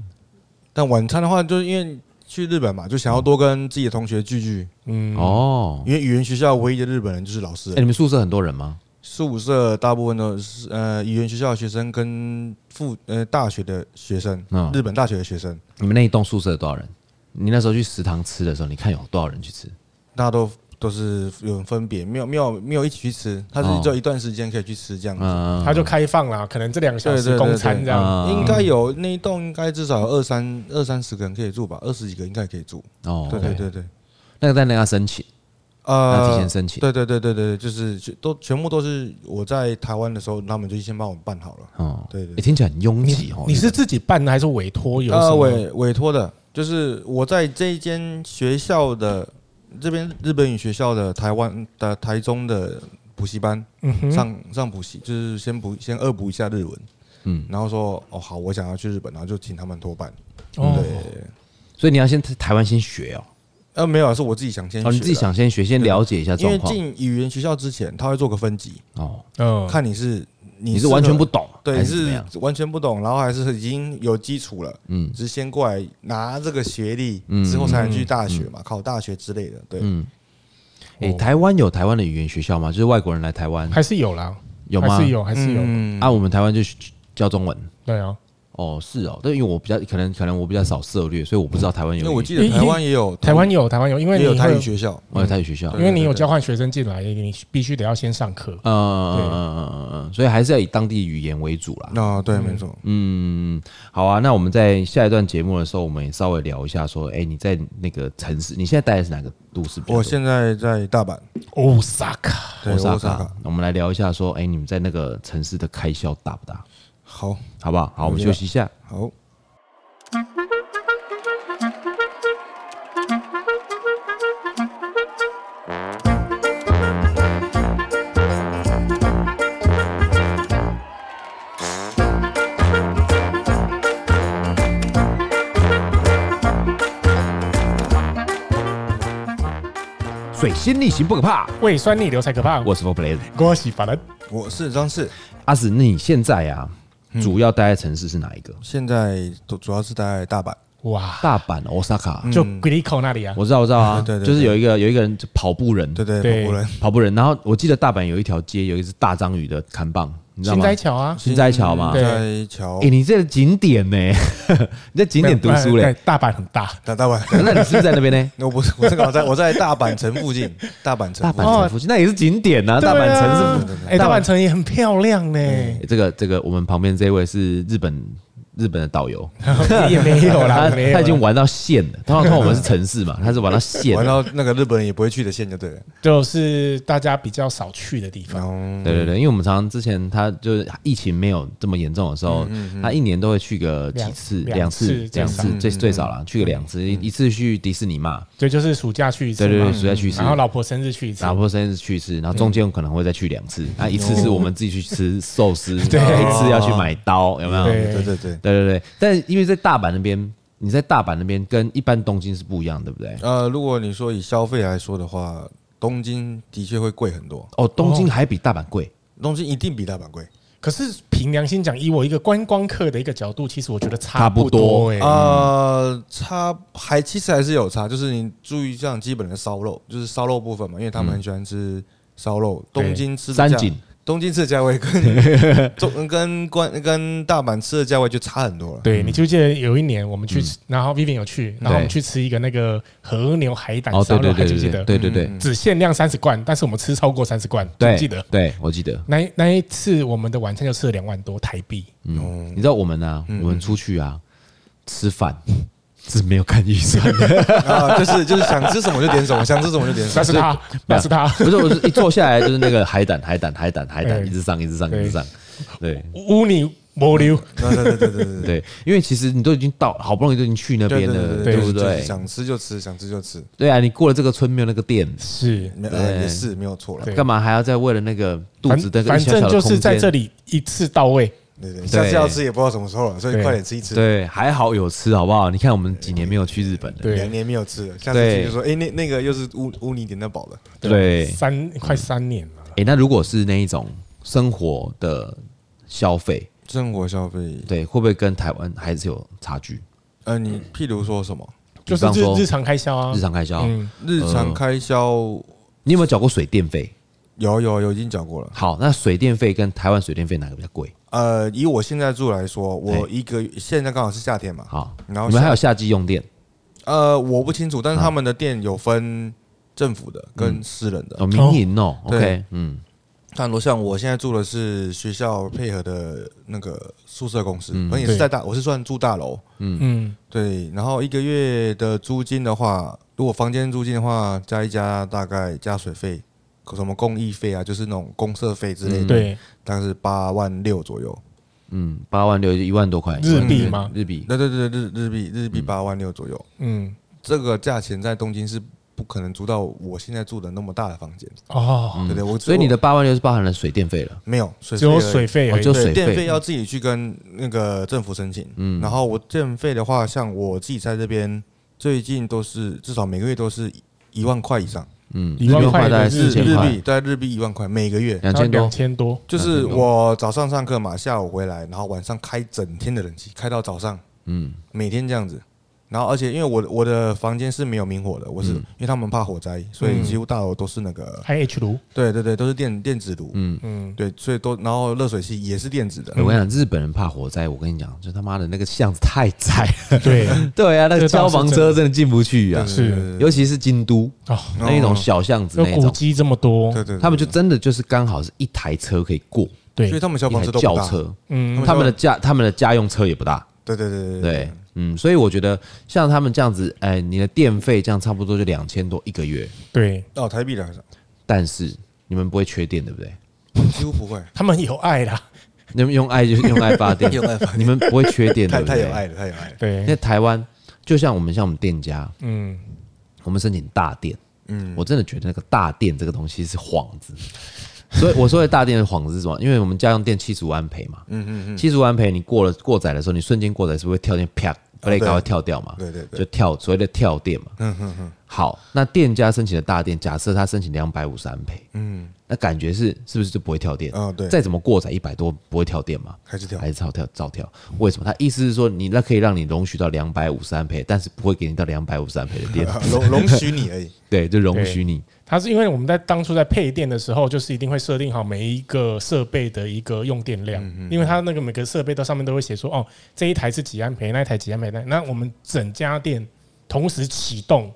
C: 但晚餐的话，就是因为去日本嘛，就想要多跟自己的同学聚聚，
B: 嗯，
A: 哦，
C: 因为语言学校唯一的日本人就是老师
A: 哎、。你们宿舍很多人吗？
C: 宿舍大部分都是呃语言学校的学生跟附呃大学的学生
A: 嗯，
C: 日本大学的学生，
A: 你们那一栋宿舍有多少人？你那时候去食堂吃的时候，你看有多少人去吃？
C: 大家都都是有人分别，没有没有没有一起去吃，他是
A: 哦
C: 只有一段时间可以去吃这样子。
A: 嗯，
B: 它就开放啦，可能这两个小时
C: 对对对
B: 供餐这样。
A: 嗯
C: 应该有那一栋，应该至少有二三二三十个人可以住吧，二十几个应该可以住。
A: 哦，
C: 对对，对对，
A: 那个在那要申请，
C: 呃，
A: 要提前申请。
C: 对对对对对，就是全都全部都是我在台湾的时候，他们就先帮我们办好了。
A: 哦，
C: 对对
A: 欸听起来很拥挤哦。
B: 你是自己办的还是委托？有什
C: 呃，
B: 么？
C: 委委托的，就是我在这一间学校的这边日本语学校的台湾的台中的补习班
B: 嗯哼，
C: 上上补习，就是先补先恶补一下日文，
A: 嗯，
C: 然后说哦好，我想要去日本，然后就请他们托办。
B: 哦，
A: 所以你要先台湾先学哦，
C: 呃，没有，是我自己想先
A: 哦，你
C: 学
A: 自己
C: 的
A: 想先学，先了解一下
C: 因
A: 状
C: 为
A: 况
C: 进语言学校之前，他会做个分级，
A: 哦。
B: 嗯，
C: 看你是你
A: 你
C: 适
A: 是
C: 合
A: 完全不懂，
C: 对，
A: 还
C: 你
A: 是怎么
C: 是
A: 样？
C: 完全不懂，然后还是已经有基础了，
A: 嗯
C: 只是先过来拿这个学历
A: 嗯
C: 之后才能去大学嘛，考大学之类的。对，
A: 嗯，哎，
B: 哦
A: 台湾有台湾的语言学校吗？就是外国人来台湾
B: 还是有啦，
A: 有吗？
B: 还是有，还是有。
C: 嗯
A: 啊，我们台湾就教中文。
B: 对啊，
A: 哦，是哦，但因为我比较可能可能我比较少涉略，所以我不知道台湾有语
C: 因
A: 言。
C: 为我记得台湾也有
B: 台湾有，台湾有，因为
C: 也
B: 你
C: 有台
B: 会
C: 语学校，
A: 哦我有台语学校，
B: 因为你有交换学生进来，你必须得要先上课。
A: 嗯嗯嗯嗯嗯嗯，所以还是要以当地语言为主啦。
C: 啊，对，没错，
A: 嗯，好啊，那我们在下一段节目的时候，我们也稍微聊一下，说，哎、你在那个城市，你现在待的是哪个都市比较多？
C: 我现在在大阪，
B: 哦，萨卡，
C: 对，
A: Osaka
C: 大阪，
A: 我们来聊一下，说，哎、你们在那个城市的开销大不大？
C: 好
A: 好不好？好，我们休息一下。
C: 好，
A: 水星逆行不可怕，
B: 胃酸逆流才可怕。
A: 我是 For Play。
B: 恭喜法兰，
C: 我是张氏，
A: 阿紫，那你现在啊，主要待在城市是哪一个？
C: 现在主主要是在大阪，
B: 哇，
A: 大阪 Osaka，
B: 就 Glico 那里啊，
A: 嗯我知道我知道啊，
C: 对对对
A: 就是有一个有一个人就跑步人，
C: 对对，
B: 对
C: 跑步人
A: 跑步人，然后我记得大阪有一条街有一只大章鱼的看棒，你知道
B: 新
A: 吗？
B: 斋桥啊，
A: 新斋桥嘛
C: 新斋桥
A: 哎、，你这个景点呢、 你在景点读书
B: 没有
A: 嘞
B: 没有？大阪很大
C: 大大阪，
A: 那你是不是在那边呢？
C: 那我不是，我正好在我在大阪城附近，大阪城
A: 大
C: 附近
A: 阪城附近，那也是景点呐、啊。大阪城是
B: 是，哎，大阪城也很漂亮嘞，
A: 欸这个这个，我们旁边这位是日本日本的导游，
B: 也没有 啦，
A: 他
B: 没有
A: 嗯
B: 啦，
A: 他已经玩到线了。通常通常我们是城市嘛，他是玩到线
C: 玩
A: 了。
C: 到那个日本人也不会去的县就对了。
B: 就是大家比较少去的地方
A: 嗯
C: 然。后
A: 对对对，因为我们常常之前他就是疫情没有这么严重的时候，他一年都会去个几
B: 两
A: 次，
B: 两
A: 两
B: 次
A: 次
B: 最
A: 两
B: 少
A: 次最最少了，去个两次，一一次去迪士尼嘛，
B: 对，就是暑假去一次
A: 对
B: 嘛，
A: 对对，暑假去一次
B: 然。后老婆生日去一次
A: 然，后生日去一次，然后中间可能会再去两次。那一次是我们自己去吃寿 司，
B: 对
A: 然后一次要去买刀，有没有？
B: 对
C: 对对对，
A: 对对对，但因为在大阪那边，你在大阪那边跟一般东京是不一样，对不对？
C: 呃，如果你说以消费来说的话，东京的确会贵很多，
A: 哦，东京还比大阪贵，
C: 东京一定比大阪贵
B: 可是凭良心讲，以我一个观光客的一个角度，其实我觉得
A: 差
B: 差
A: 不
B: 不
A: 多啊
B: 多哎、
C: 呃，差还其实还是有差，就是你注意像基本的烧肉，就是烧肉部分嘛，因为他们很喜欢吃烧肉，
B: 对
C: 东京吃的
A: 三
C: 价
A: 井
C: 东京吃的价位跟中跟关跟大阪吃的价位就差很多了。
A: 嗯
B: 对，你就记得有一年我们去吃，然后 Vivian 有去，然后我们去吃一个那个和牛海胆
A: 哦，对
B: 烧
A: 对
B: 肉，还
A: 对
B: 记
A: 对
B: 不记
A: 对
B: 得？
A: 对对对
C: 嗯
B: 只限量三十罐，但是我们吃超过三十罐，记不
A: 对，
B: 记得？
A: 对我记得。
B: 那一那一次我们的晚餐就吃了两万多台币，
A: 你知道我们呢，我们出去啊吃饭是 没有看预算的，
C: 啊，就是就是想吃什么就点什么，想吃什么就点什
B: 那
C: 么。
B: 是他，那是 他。
A: 不是我是一坐下来就是那个海胆海胆海胆海胆
B: 对
A: 一直上一直上一直上，对
B: 污你魔流，
C: 对对对对对对
A: 对，因为其实你都已经到好不容易都已经去那边了，对不
C: 就是就是
A: 对？
C: 想吃就吃，想吃就吃，
A: 对啊，你过了这个村没有那个店，
B: 是
C: 没呃也是没有错了。
B: 对
A: 干嘛还要再为了那个肚子的
B: 反
A: 那个小
B: 正
A: 小
B: 就
A: 的
B: 是
A: 空
B: 在这
A: 间？
B: 里一次到位，
C: 对对，下次要吃也不知道什么时候了，所以
B: 对
C: 快点吃一吃。
A: 对，还好有吃，好不好？你看我们几年没有去日本了，
B: 对
C: 两年没有吃了，下次去就说，哎，那那个又是乌乌泥点到饱了。
A: 对
B: 三快三年了，
A: 诶，那如果是那一种生活的消费，
C: 生活消费，
A: 对，会不会跟台湾还是有差距？
C: 呃，你譬如说什么
A: 嗯比
B: 就是
A: 方说
B: 日日常开销啊，
A: 日常开销，
B: 嗯，
C: 日常开销，
A: 你有没有缴过水电费？
C: 有有有已经讲过了。
A: 好，那水电费跟台湾水电费哪个比较贵？
C: 呃，以我现在住来说，我一个现在刚好是夏天嘛，
A: 好，
C: 然后
A: 你们还
C: 夏
A: 有夏季用电，
C: 呃，我不清楚，但是他们的店有分政府的跟私人的。
A: 哦，民营哦
C: 对
A: ，OK，嗯
C: 但楼像我现在住的是学校配合的那个宿舍公司，
A: 嗯
C: 反正也是
B: 对
C: 在大，我是算住大楼。
B: 嗯，
C: 对，然后一个月的租金的话，如果房间租金的话，加一加大概加水费、什么公益费啊，就是那种公社费之类的，
B: 对，
C: 大概是八万六左右。
A: 嗯，八万六就一万多块
B: 日币吗？
A: 日币，
C: 对对对，日日币日币八万六左右，
B: 嗯，
C: 这个价钱在东京是不可能租到我现在住的那么大的房间。
A: 嗯
B: 哦，
C: 对对，我
A: 所以你的八万六是包含了水电费了，
C: 没有水
B: 只
C: 费而
B: 有
C: 已，
B: 水费
A: 哦
B: 而已
A: 就，水
C: 对，电
A: 费
C: 费要自己去跟那个政府申请。嗯，然后我电费的话，像我自己在这边，最近都是至少每个月都是一万块以上，
A: 嗯，
B: 一万块
A: 大概
B: 的
A: 四
C: 日
A: 千
C: 日
A: 块，
C: 币大概日币一万块每个月。
A: 两
B: 然后
A: 千多
B: 两，千多，
C: 就是我早上上课嘛，下午回来，然后晚上开整天的冷气，开到早上，
A: 嗯，
C: 每天这样子。然后而且因为我我的房间是没有明火的，我
A: 嗯
C: 是因为他们怕火灾，所以几乎大楼都是那个，
B: 还 H 炉，
C: 对对对，都是电电子炉，嗯，
B: 嗯，
C: 对，所以都然后热水器也是电子的
A: 欸，我跟你讲，日本人怕火灾，我跟你讲，就他妈的那个巷子太窄了。
B: 对，
A: 对啊，那个
B: 这
A: 消
B: 倒是
A: 防车真的进不去啊，
B: 是
A: 尤其是京都
B: 哦，
A: 那一种小巷子
B: 这
A: 那一
B: 古
A: 种，
B: 迹这么多，
C: 对对，对
A: 他们就真的就是刚好是一台车可以过，
C: 所以
B: 对，
C: 他们消
A: 一
C: 防
A: 台
C: 车都不
A: 轿
C: 大，
A: 车，
B: 嗯，
A: 他们的家他们的家用车也不大，
C: 对对对
A: 对，嗯，所以我觉得像他们这样子，哎，你的电费这样差不多就两千多一个月，
B: 对
C: 哦，台币两
A: 但是你们不会缺电，对不对？
C: 几乎不会，
B: 他们有爱啦，
A: 你们用爱 就是用爱发 电，你们不会缺电，对
C: 太
A: 不
C: 太有
A: 对？
C: 爱了，太有爱了。
A: 在
B: 对，
A: 台湾，就像我们像我们店家，
B: 嗯，
A: 我们申请大电，嗯，我真的觉得那个大电这个东西是幌子。所以我说的大电的幌子是什么？因为我们家用电七十五安培嘛，嗯嗯嗯，七十五安培你过了过载的时候，你瞬间过载是不是会跳进啪，flag
C: 对
A: 它会跳掉嘛，
C: 对对对
A: 就跳所谓的跳电嘛。
C: 嗯哼哼，
A: 好，那店家申请的大店，假设他申请两百五十安培，
C: 嗯，
A: 那感觉是是不是就不会跳电？
C: 啊对，
A: 再怎么过载一百多不会跳电嘛？
C: 还是跳
A: 还，是照跳照跳？为什么？他意思是说你那可以让你容许到两百五十安培，但是不会给你到两百五十安培的电，
C: 容容许你而已。
A: 对，就容许你。
B: 它是因为我们在当初在配电的时候，就是一定会设定好每一个设备的一个用电量，因为它那个每个设备都上面都会写说，哦，这一台是几安培，那一台几安培，那那我们整家店同时启动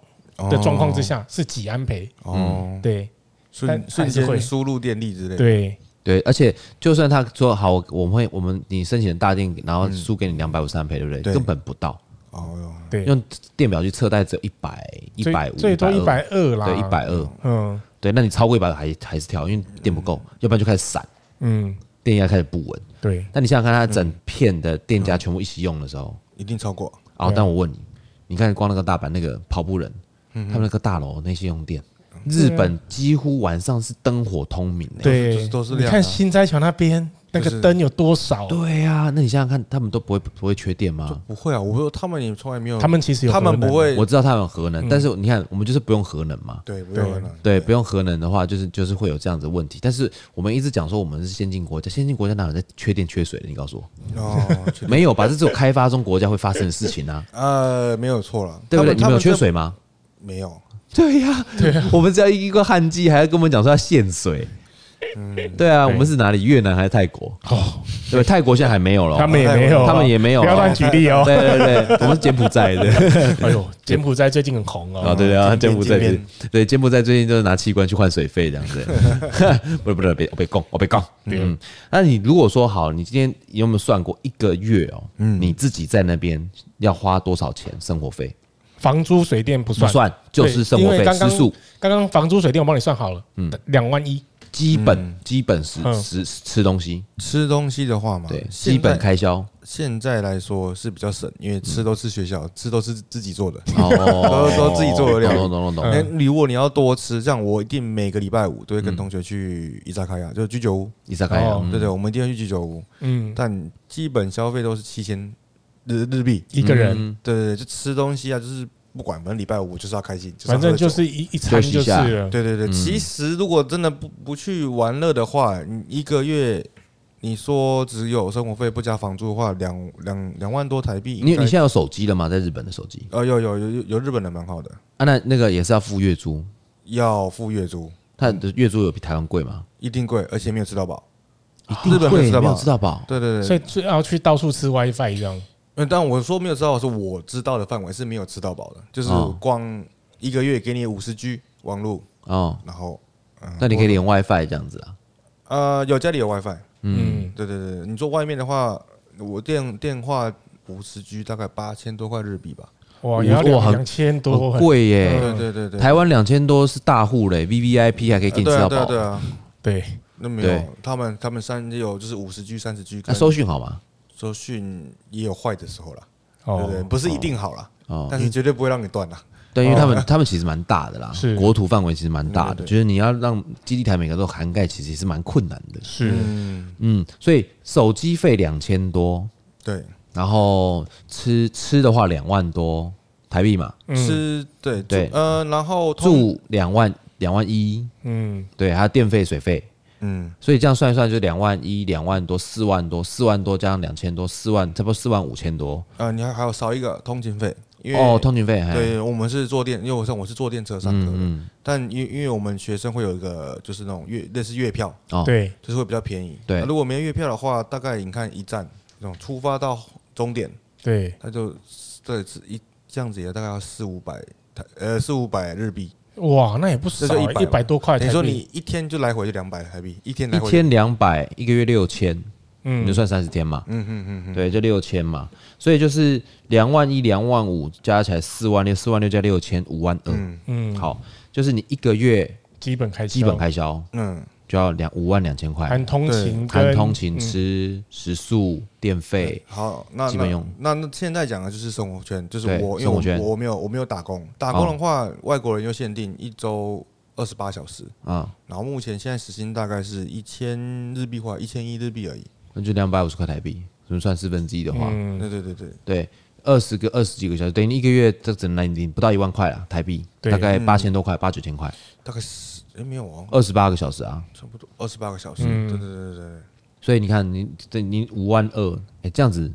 B: 的状况之下是几安培，
C: 哦，
B: 对
C: 瞬
B: 但
C: 瞬
B: 还是会
C: 间输入电力之类的，
B: 对
A: 对，而且就算他说好，我们会我们你申请的大店，然后输给你两百五十安培，对不对？
C: 对
A: 根本不到，
C: 哦哟，
B: 对，
A: 用电表去测，大概只有一百一
B: 最
A: 百五，
B: 最多一百二啦，
A: 对，一，百二。
B: 嗯
A: 对，那你超过一百还还是跳，因为电不够，要不然就开始闪，
B: 嗯，
A: 电压开始不稳。
B: 对，
A: 那你想想看，它整片的店家全部一起用的时候，
C: 一定超过。
A: 啊，但我问你，你看光那个大阪那个跑步人，他们那个大楼那些用电，日本几乎晚上是灯火通明的。
B: 对，
C: 就是都是
B: 你
C: 亮的啊
B: 看新斋桥那边那
C: 就
B: 个
C: 是
B: 灯有多少？啊
A: 对呀、那你想想看，他们都不会不会缺电吗？
C: 不会啊，我说他们也从来没有，
B: 他们其实有
C: 他们
B: 核能
C: 不会，
A: 我知道他们有核
B: 嗯
A: 能，但是你看，我们就是不用核能嘛。
C: 对不用了，
A: 对，不用核能的话，就是就是会有这样子的问题。但是我们一直讲说我们是先进国家，先进国家哪有在缺电缺水的？你告诉我，
C: 哦，确
A: 没有吧？这只有开发中国家会发生的事情 啊，
C: 呃，没有错了，
A: 对不对？
C: 他们
A: 你们有缺？
C: 他们
A: 水吗？
C: 这没有，
A: 对呀、我们只要一个旱季，还要跟我们讲说要限水。对啊，我们是哪里？越南还是泰国？
B: 嗯哦，
A: 对，泰国现在还没有了。
B: 他们也没有哦，
A: 他们也没有哦
B: 不要乱举例哦。
A: 对对对，我们是柬埔寨的。
B: 哎呦，柬埔寨最近很红
A: 啊，
B: 哦，
A: 对对啊，
C: 柬
A: 柬
C: 埔
A: 埔寨
C: 寨
A: 是对柬埔寨最近就是拿器官去换水费这样 子， 不是不是别别供，我别供。嗯，那你如果说好，你今天有没有算过一个月哦？
C: 嗯
A: 你自己在那边要花多少钱生活费？
B: 房租水电不
A: 不
B: 算，
A: 算，就是生活
B: 因
A: 费
B: 为、刚
A: 食
B: 刚
A: 宿，
B: 刚刚房租水电我帮你算好了，嗯，两万一，
A: 基本基本食
B: 嗯
A: 食吃东西，
C: 吃东西的话嘛，
A: 对，
C: 现在
A: 基本开 销。
C: 现在来说是比较省，因为吃都吃学校，吃都是自己做的。
A: 哦
C: 都都自己做的料理嗯
A: 懂懂懂懂
C: 那
A: 懂。
C: 如果你要多吃，这样我一定每个礼拜五都会跟同学去伊扎卡亚，就是居酒屋。
A: 伊萨卡亚
B: 哦，
A: 嗯
C: 对对，我们一定要去居酒屋，
B: 嗯，
C: 但基本消费都是七千日日币。
B: 一个人，
A: 嗯
C: 对对对，就吃东西啊，就是不管，反正礼拜五就是要开心，
B: 反正就
C: 要喝酒。
B: 是一一餐
A: 休息
B: 就
A: 一
B: 是
A: 下
B: 了，
C: 对
A: 嗯
C: 对对，其实如果真的不不去玩乐的话，你一个月你说只有生活费不加房租的话，两两两万多台币应
A: 你
C: 该。
A: 你现在有手机了吗？在日本的手机
C: 呃有有有有有日本人蛮好的，
A: 啊，那那个也是要付月租，
C: 要付月租，
A: 它的月租有比台湾贵吗？
C: 一定贵，而且没有吃到饱。
A: 一定
C: 日本
A: 贵，
C: 没有吃到
A: 没有
C: 饱
A: 吃到饱。
C: 对对
B: 所
C: 对，
B: 以最要去到处吃 WiFi 这样，
C: 嗯，但我说没有吃到饱，是我知道的范围是没有吃到饱的，就是
A: 哦
C: 光一个月给你五十 G 网络，
A: 哦，
C: 然后嗯
A: 那你可以连 WiFi 这样子啊。
C: 呃有家里有 WiFi，
B: 嗯，
C: 对对对，你说外面的话，我电电话五十 G 大概八千多块日币吧。
B: 哇，也要
A: 哇
B: 两
A: 很
B: 两千多，
A: 很哦贵耶！
C: 对对对对，
A: 台湾两千多是大户嘞，V V I P 还可以给你吃
C: 对啊
A: 到
C: 对啊
A: 饱。
C: 对啊，
B: 对，
C: 那没
A: 对
C: 有，他们他们三有就是五十 G、三十 G，
A: 那收讯好吗？
C: 收讯也有坏的时候啦，对不对？
B: 哦，
C: 不是一定好啦，
A: 哦，
C: 但是绝对不会让你断啦。
A: 对，因为他们他们其实蛮大的啦，
B: 是
A: 国土范围其实蛮大
C: 对
A: 的，
C: 对对
A: 就是你要让基地台每个都涵盖，其实也是蛮困难的。
B: 是
C: 嗯，
A: 嗯，所以手机费两千多，
C: 对，
A: 然后吃吃的话两万多台币嘛，
C: 吃对住
A: 嗯对
C: 呃，然后通
A: 住两万两万一，
B: 嗯，
A: 对，还有电费水费，
C: 嗯
A: 所以这样算一算就两万一、两万多、四万多、四万多加上两千多，四万差不多四万五千多。
C: 啊，你还还有少一个通勤费，因为
A: 哦，通勤嗯费还
C: 对我们是坐电，因为我像我是坐电车上课的，但因因为我们学生会有一个就是那种月类似月票，
A: 哦，
B: 对，
C: 就是会比较便宜。
A: 对
C: 啊如果没有月票的话，大概你看一站那种出发到终点，
B: 对，
C: 它就对是一这样子也大概要四五百台呃四五百日币。
B: 哇，那也不少
C: 这就100，
B: 一百多块台
C: 等
B: 币，
C: 于说你一天就来回就两百台币，一天来
A: 一
C: 回
A: 天两百，一个月六千，你就
B: 嗯，
A: 算三十天嘛。嗯嗯嗯，对，就六千嘛。所以就是两万一、两万五加起来四万六，四万六加六千，五万二。
C: 嗯
B: 嗯，
A: 好，就是你一个月
B: 基本开销，
A: 基本开销
C: 嗯
A: 就要两五万两千块，
B: 含通勤跟，
A: 含通勤、
B: 嗯
A: 吃食宿、电费。
C: 好，那
A: 基本
C: 那
A: 用
C: 那那现在讲的就是生活圈，就是
A: 对
C: 我因
A: 生活
C: 为
A: 圈
C: 我我没有我没有打工，打工的话、外国人又限定一周二十八小时，
A: 啊，
C: 然后目前现在时薪大概是一千日币或一千一日币而已。
A: 那就两百五十块台币，怎么算四分之一的话？
B: 嗯，
C: 对对对对，
A: 对，二十个二十几个小时，等于一个月这整来领不到一万块啊，台币
B: 对
A: 大
C: 嗯
A: 概八千多块，八九千块，
C: 大概是哎没有哦，
A: 二十八个小时啊。
C: 差不多二十八个小时。
A: 嗯
C: 对对对对对，
A: 所以你看，你这你五万二，哎，这样子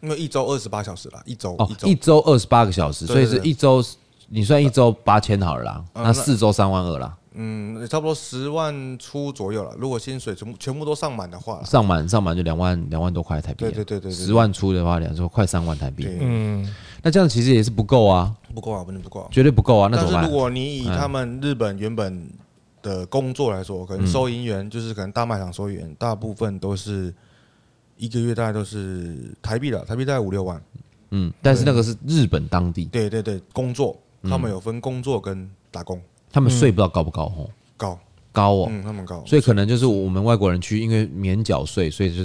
C: 因为一周二十八小时啦，一周
A: 哦
C: 一，周
A: 一周二十八个小时，所
C: 对
A: 以
C: 对
A: 是一周，你算一周八千好了啦，
C: 呃
A: 那
C: 那
A: 四周三万二啦，
C: 嗯，差不多十万出左右了。如果薪水全部全部都上满的话啦，
A: 上满上满就两万两万多块台币啊，
C: 对对对对对对
A: 十万出的话，两周快三万台币，
C: 对
B: 嗯，
A: 那这样其实也是不够啊，
C: 不够啊，不能不够啊。
A: 绝对不够啊，那
C: 但
A: 怎
C: 是
A: 么
C: 如
A: 办？
C: 果你以他们日本原本的工作来说，可能收银员就是可能大卖场收银员，大部分都是一个月大概都是台币了，台币大概五六万。
A: 嗯，但是那个是日本当地，
C: 对对对，工作他们有分工作跟打工，
A: 他们税不知道高不高哦，
C: 高，
A: 高哦，
C: 嗯，他们高。
A: 所以可能就是我们外国人去，因为免缴税，所以就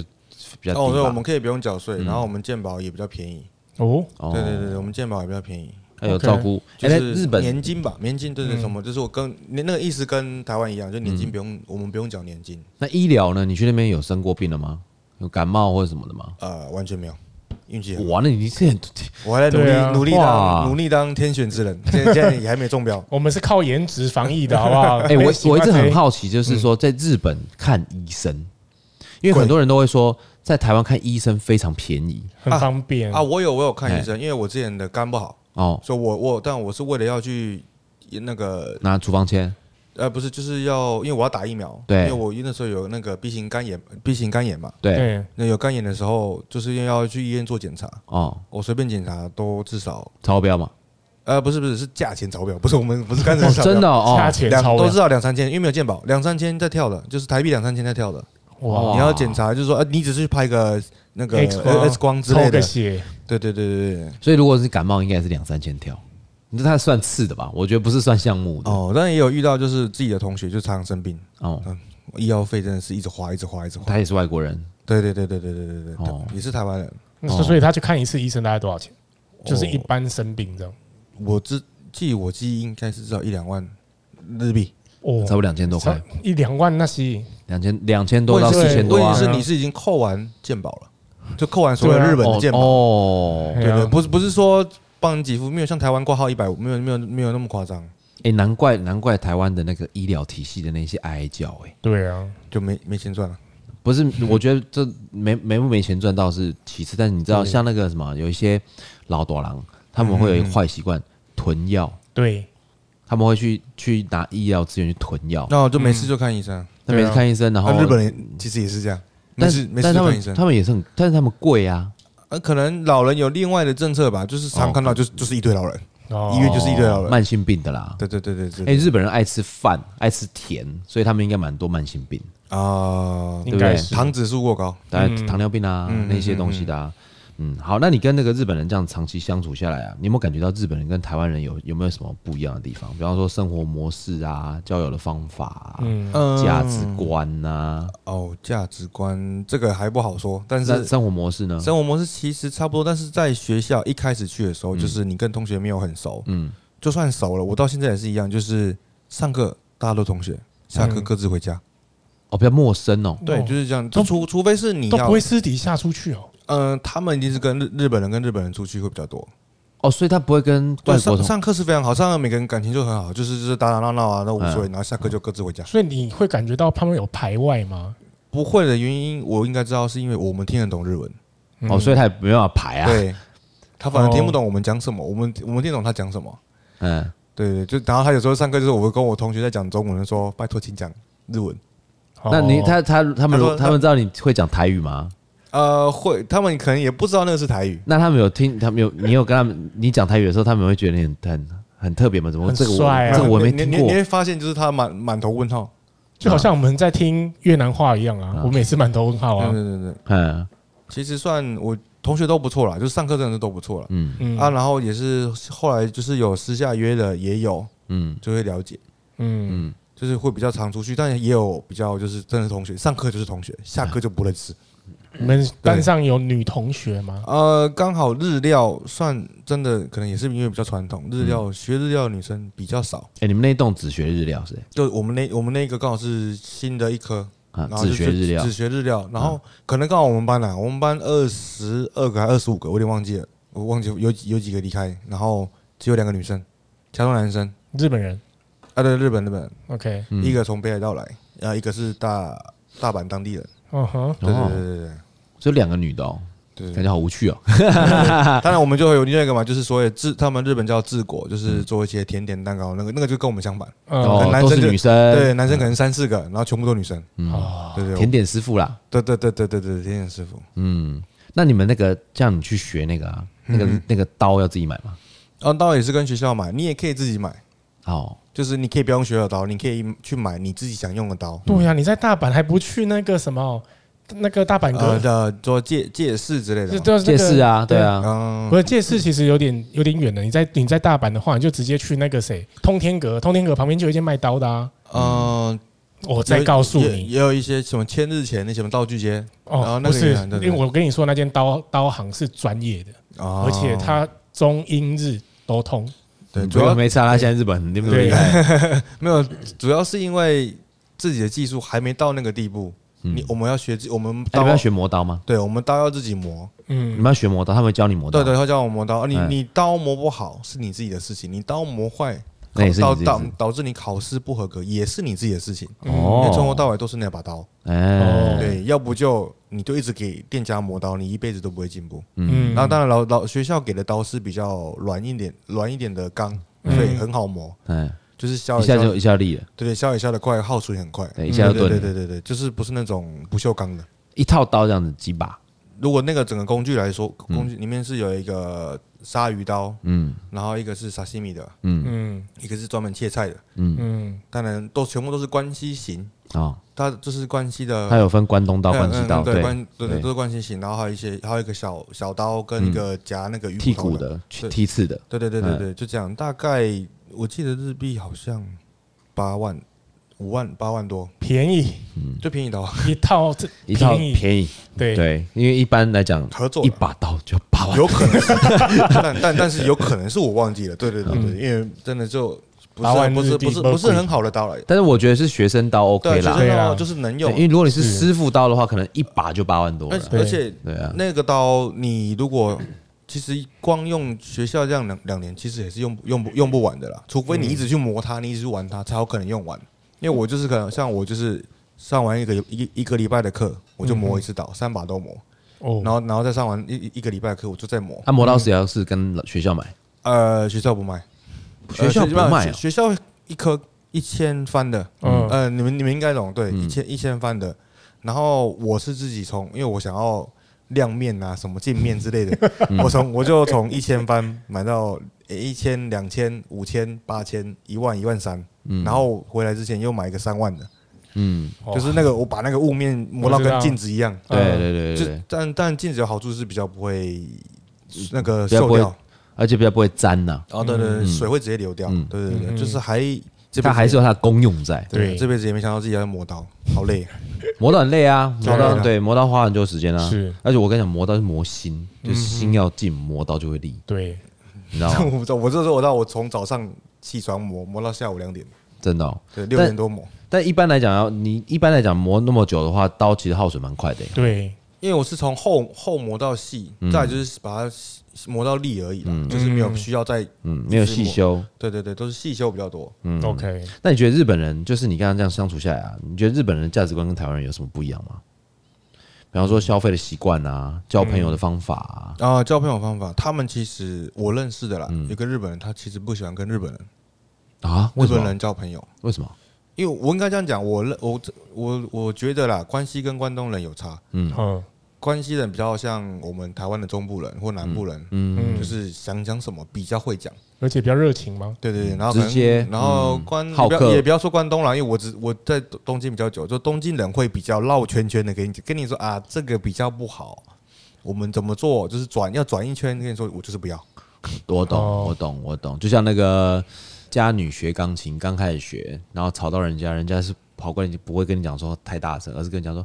A: 比较
C: 哦，
A: 低
C: 对，我
A: 吧嗯
C: 们。可以不用缴税，然后我们健保也比较便宜。
B: 哦，
A: 哦
C: 对对对对，我们健保也比较便宜。
A: 还有
B: OK
A: 照顾。
C: 就
A: 哎，
C: 是
A: 那日本嗯
C: 年金吧，年金对对什么，就是我跟那那个意思跟台湾一
A: 嗯
C: 样，就年金不用，我们不用缴年金，
A: 那医疗呢？你去那边有生过病了吗？有感冒或者什么的吗？
C: 呃，完全没有，运气很好，
A: 哇，那你是很
C: 我还在努
B: 对啊，
C: 力努力
A: 哇
C: 当努力当天选之人，现在现在也还没中 标
B: 我们是靠颜值防疫的好不好？
A: 哎，我我一直很
B: 好，
A: 好奇，就是
C: 嗯
A: 说在日本看医生，因为很
C: 贵
A: 多人都会说在台湾看医生非常便宜
B: 很方
A: 嗯
B: 便
C: 啊，我有我有看医
A: 哎
C: 生，因为我之前的肝不好，
A: 哦，
C: 所以我我但我是为了要去那个
A: 拿处方签
C: 呃不是就是要因为我要打疫苗，
A: 对
C: 因为我那时候有那个 B 型肝炎，B 型肝炎嘛，
A: 对
B: 对，
C: 那有肝炎的时候就是因为要去医院做检查，
A: 哦，
C: 我随便检查都至少。
A: 超标嘛，
C: 呃，不是不是，是价钱超标，不是我们不是肝
A: 哦
C: 诊超标，
A: 真的
B: 价
A: 哦，
B: 钱
C: 两
B: 超
C: 都
B: 了
C: 至少两三千，因为没有健保，两三千在跳的，就是台币两三千在跳的。
A: 哇
B: 哇，
C: 你要检查，就是说，呃，你只是去拍个那个
B: X 光
C: X 光之类
B: 抽
C: 的
B: 个，血，
C: 对对对对对。
A: 所以如果是感冒，应该也是两三千条，那它算次的吧？我觉得不是算项目的
C: 哦，嗯但也有遇到就是自己的同学就常常生病，
A: 哦，
C: 医药费真的是一直花，一直花，一直花。
A: 他也是外国人，
C: 对对对对对对对对
A: 哦
C: 对，也是台湾人。
B: 那所所以他去看一次医生大概多少钱？
A: 哦
B: 就是一般生病这样。
C: 我知记我记忆应该是至少一两万日币，
B: 哦
A: 差不多两千多块，
B: 一两万那是
A: 两千两千多到
C: 问题
A: 四
C: 是
A: 千多
C: 问
A: 啊
C: 题。是你是已经扣完健保了，就扣完所有
B: 对啊
C: 日本的健保。
A: 哦，
B: 哎
C: 对
B: 呀
C: 对，不是不是说帮你给付，没有像台湾挂号一百五，没有没有没有那么夸张，
A: 哎、难怪难怪台湾的那个医疗体系的那些哀叫、欸，
B: 对啊，
C: 就没没钱赚了。
A: 不是，我觉得这没没不没钱赚到是其次，但你知道像那个什么，有一些老多郎，他们会有一个坏习惯，囤药，
B: 对，
A: 他们会去去拿医疗资源去囤药，
C: 那我哦就没事就看医生。
A: 那每次
B: 对啊
A: 看医生，然后
C: 那日本人其实也是这样，没
A: 但
C: 事
A: 是
C: 没
A: 但
C: 事
A: 是他
C: 就看医生
A: 们。他们也是很，但是他们贵啊，
C: 呃，可能老人有另外的政策吧，就是常看到就是就是一堆老人，
B: 哦
C: 医院就是一堆老人。
A: 慢性病的啦。
C: 对对对对对
A: 哎、
C: 对，
A: 日本人爱吃饭，爱吃甜，所以他们应该蛮多慢性病，
C: 啊，
A: 对不
B: 应该
A: 对？
B: 是
C: 糖指数过高，
A: 大概糖尿病啊、那些东西的、啊。嗯，好，那你跟那个日本人这样长期相处下来啊，你有没有感觉到日本人跟台湾人有有没有什么不一样的地方？比方说生活模式啊、交友的方法啊、
B: 嗯，
C: 嗯
A: 价值观呐、
C: 哦，价值观这个还不好说，但
A: 那
C: 是
A: 生活模式
B: 嗯
A: 呢？
C: 嗯生活模式其实差不多，但是在学校一开始去的时
B: 嗯
C: 候，就是你跟同学没有很熟，
A: 嗯，
C: 就算熟了，我到现在也是一样，就是上课大家都同学，下课
B: 嗯
C: 各自回家。
A: 哦，比较陌生哦。
C: 对，
B: 哦
C: 就是这样。
B: 都
C: 除除非是你
B: 都
C: 要
B: 不会，私底下出去哦。
C: 嗯、他们一定是跟日日本人跟日本人出去会比较多。
A: 哦，所以他不会跟外
C: 对，
A: 国
C: 上
A: 同
C: 上课是非常好，上课每个人感情就很好，就是就是打打闹闹啊，那无所谓。
B: 嗯
C: 然后下课就各自回家。
B: 所以你会感觉到他们有排外吗？
C: 不会的原因，我应该知道，是因为我们听得懂日文，
A: 哦，所以他也没办法排啊。
C: 对他
B: 哦
C: 反而听不懂我们讲什么，我们我们听懂他讲什么。
A: 嗯，
C: 对对，就然后他有时候上课就是我会跟我同学在讲中文，说拜托请讲日文。
B: 哦
A: 那你他他他们
C: 他说
A: 他们知道你会讲台语吗？
C: 呃，会，他们可能也不知道那个是台语，
A: 那他们有听，他们有你有跟他们你讲台语的时候，他们会觉得你很很很特别吗？怎么
B: 很
A: 这个我、
B: 帅啊
A: 这个我没
C: 呃你你
A: 听
C: 你
A: 过
C: 你会发现就是他满满头问号。
B: 就好像我们在听越南话一样啊
A: 啊，
B: 我每次满头问号
C: 对
B: 啊。
C: 对对对，
A: 嗯
C: 其实算我同学都不错啦，就是上课真的是都不错啦。
A: 嗯
B: 嗯
C: 啊，然后也是后来就是有私下约的也有，
A: 嗯
C: 就会了解，
B: 嗯，
C: 就是会比较常出去，但也有比较就是真的是同学，上课就是同学，下课就不认识。
B: 你们班上有女同学吗？
C: 呃，刚好日料算真的可能也是因为比较传统，日
A: 嗯
C: 料学日料的女生比较少。
A: 哎、你们那一栋只学日料是不是？
C: 就我们那我们那个刚好是新的一科，
A: 啊
C: 然，后
A: 只
C: 就
A: 学日料
C: 只，学日料，然后可能刚好我们班啊，我们班二十二个还二十五个，我有点忘记了，我忘记有有几个离开，然后只有两个女生，加上男生
B: 日本人
C: 啊，对，日本日本人，
B: ，OK，
A: 嗯
C: 一个从北海道来，然后一个是大大阪当地人，
B: 嗯哼，
C: 对对
A: 哦
C: 对对对
A: 只有两个女的哦，
C: 对
A: 感觉好无趣 哦。
C: 当然，我们就会有另外一个嘛，就是所谓治，他们日本叫治国，就是做一些甜点蛋糕，那个那个就跟我们相反。
B: 嗯，
A: 哦，
C: 男
A: 都
C: 生
A: 是
C: 就
A: 女生，
C: 对，男生可能三四个，然后全部都女生。
B: 哦，
C: 对
A: 甜
C: 对
A: 点师傅啦。
C: 对对对对对对，甜点师傅。
A: 嗯，那你们那个这样，你去学那个啊，
C: 嗯
A: 那个那个刀要自己买吗？
C: 然后刀哦也是跟学校买，你也可以自己买，
A: 哦，
C: 就是你可以不用学校的刀，你可以去买你自己想用的刀。
B: 对啊呀，你在大阪还不去那个什么那个大阪哥，
C: 呃的做借借势之类
B: 就
C: 的
B: 就是那
A: 借
B: 个
A: 势啊，对啊，
C: 嘛。
B: 不
C: 嗯，
B: 是借市其实有点有点远了。你在你在大阪的话，你就直接去那个谁通天阁，通天阁旁边就有一间卖刀的啊。
C: 呃，
B: 我再告诉
C: 也
B: 你
C: 也有一些什么千日前那些什么道具街然
B: 哦
C: 后，那
B: 不
C: 个
B: 是
C: 也很，对
B: 因
C: 对
B: 为我跟你说那间刀刀行是专业的，
C: 啊
B: 而且它中英日都通。
C: 对
A: 嗯
C: 主
A: 不
C: 要
A: 过没差啦，现在日本很
B: 对
A: 厉 害，哎
C: 没有，主要是因为自己的技术还没到那个地步。
A: 嗯
C: 你我们要学自，我们
A: 哎你
C: 刀
A: 们要学磨刀吗？
C: 对，我们刀要自己磨。
A: 你
B: 嗯
A: 们要学磨刀，他们会教你磨刀，
C: 对对，，他叫我磨刀。啊你
A: 哎
C: 你刀磨不好是你自己的事情，你刀磨坏，
A: 那也是
C: 导
A: 你自己
C: 导
A: 的事
C: 导致你考试不合格也是你自己的事情。因
A: 哦
C: 为，从头到尾都是那把刀，哦
A: 哎，
C: 对，要不就你就一直给店家磨刀，你一辈子都不会进步。
B: 嗯，
C: 然后当然老老学校给的刀是比较软一点、软一点的钢，
B: 嗯
C: 所以很好磨，
A: 哎，
C: 就是削
A: 一
C: 一削
A: 下，就一下力了，
C: 对对，削一削的快，耗损很快。嗯
A: 对，一下就
C: 对对
A: 钝了，
C: 对对对，就是不是那种不锈钢的。
A: 一套刀这样子几把，
C: 如果那个整个工具来说，工具里面是有一个鲨鱼刀，
A: 嗯
C: 然后一个是沙西米的，
A: 嗯
B: 嗯
C: 一个是专门切菜的。
A: 嗯，
B: 嗯
C: 当然都全部都是关系型，
A: 哦，
C: 它就是关系的。
A: 它有分关东刀、关西
C: 嗯嗯嗯
A: 刀，
C: 嗯对
A: 对，
C: 关对
A: 对嗯
C: 对都是关系型，然后还有一些还有一个小小刀跟一个夹那个鱼
A: 剔
C: 头
A: 骨
C: 的。
A: 的、嗯去剔刺的，
C: 对对对对对，就这样。大概我记得日币好像八万、五万、八万多，
B: 便宜
A: 嗯
C: 就便宜刀。
B: 一套这
A: 一套
B: 便宜
A: 便宜，
B: 对
A: 对，因为一般来讲，
C: 合作的
A: 一把刀就八万，
C: 有 可能是，但但但是有可能是我忘记了。对对对对，
B: 嗯
C: 因为真的就不
B: 八
C: 是
B: 万
C: 不是
B: 日币
C: 不是
B: 不
C: 不
B: 贵
C: 是很好的刀了。
A: 但是我觉得是学生刀 OK
C: 对，其
A: 啦
B: 学，
C: 实
B: 对啊
C: 刀哦就是能
A: 对
C: 用
A: 因，为如果你是
B: 是
A: 师傅刀的话，可能一把就八万多
C: 而
A: 了，
B: 对
C: 而且
A: 对啊，
C: 那个刀你如果其实光用学校这样两两年，其实也是用不用不用不完的啦。除非你一直去磨它，你一直去玩它，才有可能用完。因为我就是可能像我就是上完一个一一个礼拜的课，我就磨一次刀，三把都磨，然
B: 哦，
C: 后然后再上完一一一个礼拜的课，我就再磨。
A: 按啊摩刀是要是跟学校买，
C: 呃，学校不卖，
A: 学校
C: 呃
A: 不卖
C: 学
A: 啊，
C: 学校一颗一千翻的，
B: 嗯
C: 呃，你们你们应该懂，对，
A: 嗯
C: 一千一千翻的。然后我是自己从，因为我想要亮面啊，什么镜面之类的，
A: 嗯
C: 我从我就从一千翻买到一千、两千、五千、八千、一万、一万三，然后回来之前又买一个三万的，
A: 嗯，
B: 哇
C: 就是那个我把那个雾面磨到
B: 我知
C: 跟
B: 道
C: 镜子一样。
A: 对
B: 嗯
A: 对对
C: 就
A: 对对，
C: 但但镜子有好处是比较不会那个
A: 嗯比较不
C: 锈
A: 会
C: 掉，
A: 而且比较不会粘呐，
C: 哦对对对，水会直接流掉
A: 嗯，
C: 对对对，
B: 嗯
C: 就是还这
A: 它
C: 边
A: 还是有它的功用在，
C: 对
B: 对
C: 这辈子也没想到自己要磨刀，好累啊。
A: 磨刀很累啊，
B: 对啊
A: 磨刀对磨刀花很久时间啊，
B: 是，
A: 而且我跟你讲，磨刀是磨心，就是心要静，磨刀就会利，
B: 对，
A: 你知道 吗？
C: 我我这时候我到我从早上起床磨磨到下午两点，
A: 真的哦。
C: 对，六点多磨。
A: 但一般来讲，要你一般来讲磨那么久的话，刀其实耗损蛮快的耶。欸
B: 对，
C: 因为我是从厚厚磨到细，再来就是把它细磨到利而已啦，就是没有需要再
A: 嗯，没有细修。
C: 对对对，都是细修比较多。
B: 嗯，OK，
A: 那你觉得日本人，就是你刚刚这样相处下来啊，你觉得日本人的价值观跟台湾人有什么不一样吗？比方说消费的习惯啊，交朋友的方法啊，
C: 然后交朋友方法，他们其实我认识的啦，有个日本人，他其实不喜欢跟日本人
A: 啊为
C: 日
A: 什
C: 本
A: 么？
C: 人交朋友，
A: 为什么？
C: 因为我应该这样讲，我认我我我觉得啦，关西跟关东人有差，
B: 嗯
C: 关西人比较像我们台湾的中部人或南部人，
B: 嗯
C: 就，是想讲什么比较会讲。
B: 而且比较热情嘛，
C: 对对对，然后可能
A: 嗯直接
C: 然后
A: 嗯
C: 关、
A: 好
C: 也不
A: 客
C: 要也不要说关东了，因为我只我在东东京比较久，就东京人会比较绕圈圈的给你跟你说啊，这个比较不好，我们怎么做就是转要转一圈，跟你说我就是不要，
A: 我懂，
B: 哦
A: 我懂，我懂。就像那个家女学钢琴，刚开始学，然后吵到人家，人家是跑过来就不会跟你讲说太大声，而是跟你讲说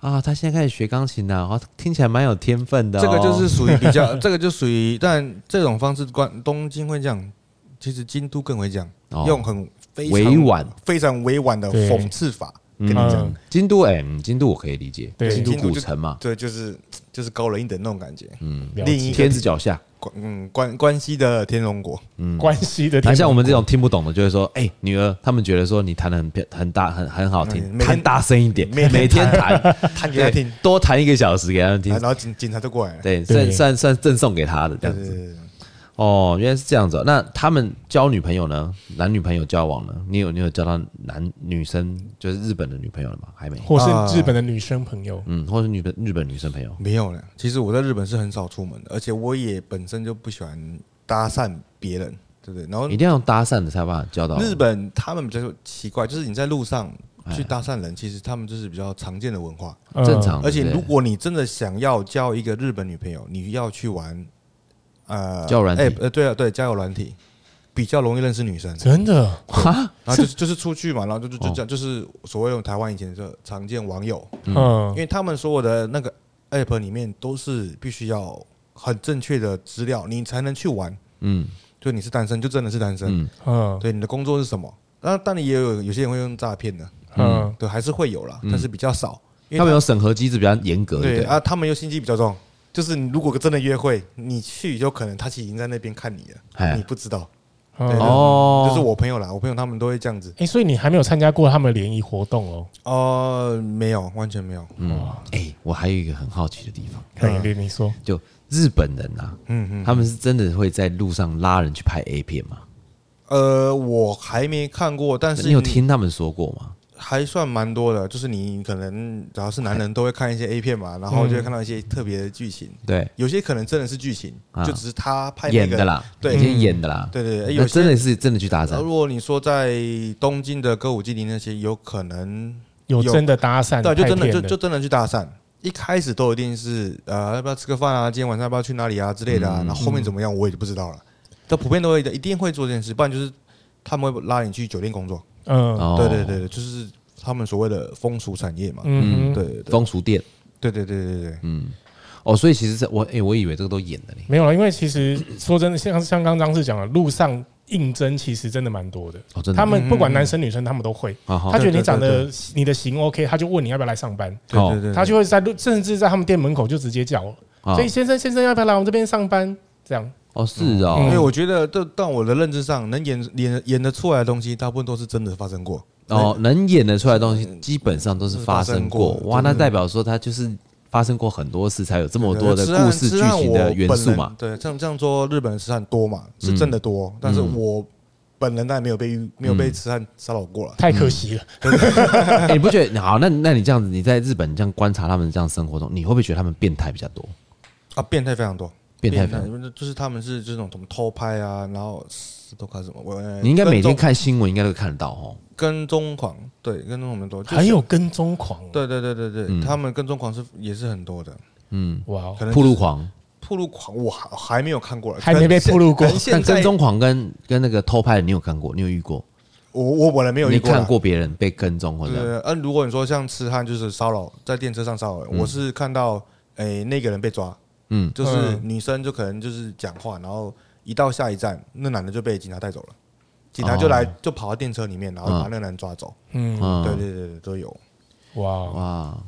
A: 啊，她现在开始学钢琴了、然后听起来蛮有天分的、哦。
C: 这个就是属于比较， 这个就属于，但这种方式关东京会这样，其实京都更会这样，
A: 哦
C: 用很非常
A: 委婉。
C: 非常委婉的
B: 对
C: 讽刺法跟你
B: 嗯
C: 讲，
A: 京都，哎、嗯京都我可以理解，
B: 对
A: 京都
C: 京都
A: 古
C: 就
A: 城嘛，
C: 对，就是就是高人一等那种感觉。
A: 嗯
B: 了解
C: 另一个
A: 天子脚下，
C: 关嗯关关西的天 龙国，
B: 嗯关系的天
A: 那
B: 龙，
A: 像我们这种听不懂的，就会说：“哎、女儿，他们觉得说你弹的很漂很大，很很好
C: 嗯
A: 听，
C: 每天
A: 弹大声一点，
C: 每天
A: 每天弹，
C: 弹 给他
A: 对，
C: 听，
A: 多弹一个小时给他们听
C: 然，后警警察就过来了。
A: 对，
B: 对
A: 算算算赠送给他的这
C: 对
A: 样
C: 对
A: 子。
C: 对，对
A: 哦，原来是这样子哦、那他们交女朋友呢？男女朋友交往呢？你有你有交到男女生，就是日本的女朋友了吗？还没。
B: 或是日本的女生朋友，
A: 嗯，或者女本日本女生朋友，
C: 没有了。其实我在日本是很少出门的，而且我也本身就不喜欢搭讪别人，对不对？然后
A: 一定要搭讪的才有办法交到。
C: 嗯日本他们比较奇怪，就是你在路上
A: 哎
C: 去搭讪人，其实他们就是比较常见的文化。
B: 嗯
A: 啊正常，
C: 而且
A: 对不
C: 如
A: 对
C: 果你真的想要交一个日本女朋友，你要去玩呃
A: 交友软体
C: app，呃，对啊，对，交友软体比较容易认识女生。
B: 真的
C: 然后就是 就是出去嘛，然后就就就
A: 哦
C: 这样，就是所谓的台湾以前的常见网友，
B: 嗯
C: 因，为他们所有的那个 app 里面都是必须要很正确的资料，你才能去玩。
A: 嗯
C: 就你是单身，就真的是单身。
A: 嗯，
B: 嗯
C: 对，你的工作是什么？那当然也有有些人会用诈骗的，
B: 嗯，
C: 对，还是会有啦，但是比较少。因为
A: 他们有审核机制比较严格，
C: 对
A: 对不对
C: 啊，他们又心机比较重，就是你如果真的约会，你去有可能他其实已经在那边看你了，
A: 哎
C: 你不知道。对
B: 哦，
A: 哦，
C: 就是我朋友啦，我朋友他们都会这样子。
B: 哎，所以你还没有参加过他们的联谊活动哦？
C: 哦，没有，完全没有。
A: 嗯，哎，我还有一个很好奇的地方，
B: 哎，你你说，
A: 就日本人啊，
C: 嗯嗯。
A: 他们是真的会在路上拉人去拍 A 片吗？
C: 呃，我还没看过，但是
A: 你有听他们说过吗？
C: 还算蛮多的，就是你可能只要是男人都会看一些 A 片
A: 嗯
C: 嘛，然后就会看到一些特别的剧情，
A: 对，
C: 有些可能真的是剧情，
A: 啊
C: 就只是他拍那
A: 演的
C: 个。
A: 啦，
C: 对
A: 已经演的啦，
C: 对对对，
A: 那
C: 有
A: 真
C: 些
A: 的是真的去搭讪
C: 如果你说在东京的歌舞伎町那些，有可能
B: 有真的搭讪，
C: 对，就真
B: 拍
C: 的
B: 片
C: 就就真的去搭讪。一开始都一定是呃，要不要吃个饭啊？今天晚上要不要去哪里啊之类的啊？
A: 嗯
C: 然后后面怎么样我也就不知道了。但普遍都会一定会做这件事，不然就是他们会拉你去酒店工作。
B: 嗯
A: 哦，
C: 对对对对，就是他们所谓的风俗产业嘛。
B: 嗯
C: 对
B: 哼，
C: 对对
A: 风俗店，
C: 对对对对对，嗯，
A: 哦，所以其实是我哎，我以为这个都演的嘞，
B: 没有了，因为其 实说真的，像像刚刚张志讲的，路上应征其实真的蛮多的，
A: 哦，真的，
B: 他
C: 嗯
B: 们不管男生女生，他们都会。
A: 啊哈
B: 他觉得你
C: 对对
B: 长
C: 对
B: 得你的型 OK，他就问你要不要来上班，
C: 对
A: 哦
C: 对对，
B: 他就会在路，甚至在他们店门口就直接叫了，
A: 啊
B: 所以先生先生要不要来我们这边上班？这样
A: 哦是
C: 嗯因为
A: 哦
C: 我觉得，这但我的认知上，能演演演得出来的东西，大部分都是真的发生过。
A: 哦，能演得出来的东西基本上都是发生过
C: 发生，过
A: 哇，
C: 对
A: 那
C: 对
A: 代表说他就是发生过很多次，才有这么
C: 我
A: 哦多的故事剧情的元素嘛，嗯
C: 对，这样这样说，日本的痴汉多嘛，是真的多，但是我本人当然没有被遇没有
A: 嗯
C: 被痴汉骚扰过了。
B: 太可惜
C: 嗯
B: 了。
A: 哎，你不觉得好？那那你这样子，你在日本这样观察他们这样生活中，你会不会觉得他们变态比较多？
C: 啊，变态非常多，
A: 变态非常多。
C: 因为就是他们是这种什么偷拍啊，然后偷看什么，我呃
A: 你应该每天
C: 跟踪
A: 看新闻，应该都看得到哦。
C: 跟踪狂，对，跟踪我们多，就是
B: 还有跟踪狂，啊
C: 对对对对对，他们跟踪狂是也是很多的，
A: 嗯，
B: 哇哦，
C: 可能
A: 铺路狂，
C: 铺路狂我还还没有看过了，
B: 还没被
C: 可能
B: 暴露过
C: 可能现
A: 但
C: 在
A: 跟踪狂跟跟那个偷拍的，你有看过？你有遇过？
C: 我我本人没有
A: 你
C: 遇过啦
A: 看。过别人被跟踪或
C: 对，
A: 者？
C: 嗯、呃如果你说像痴汉就是骚扰，在电车上骚扰人，我是看到诶、那个人被抓，
A: 嗯，
C: 就是
B: 嗯
C: 女生就可能就是讲话，然后一到下一站，那男的就被警察带走了，警察就来、就跑到电车里面，然后把
A: 哦嗯
C: 那个男抓走。
B: 嗯，
A: 嗯，
C: 对对对对，都有
B: 哇哦，
A: 哇，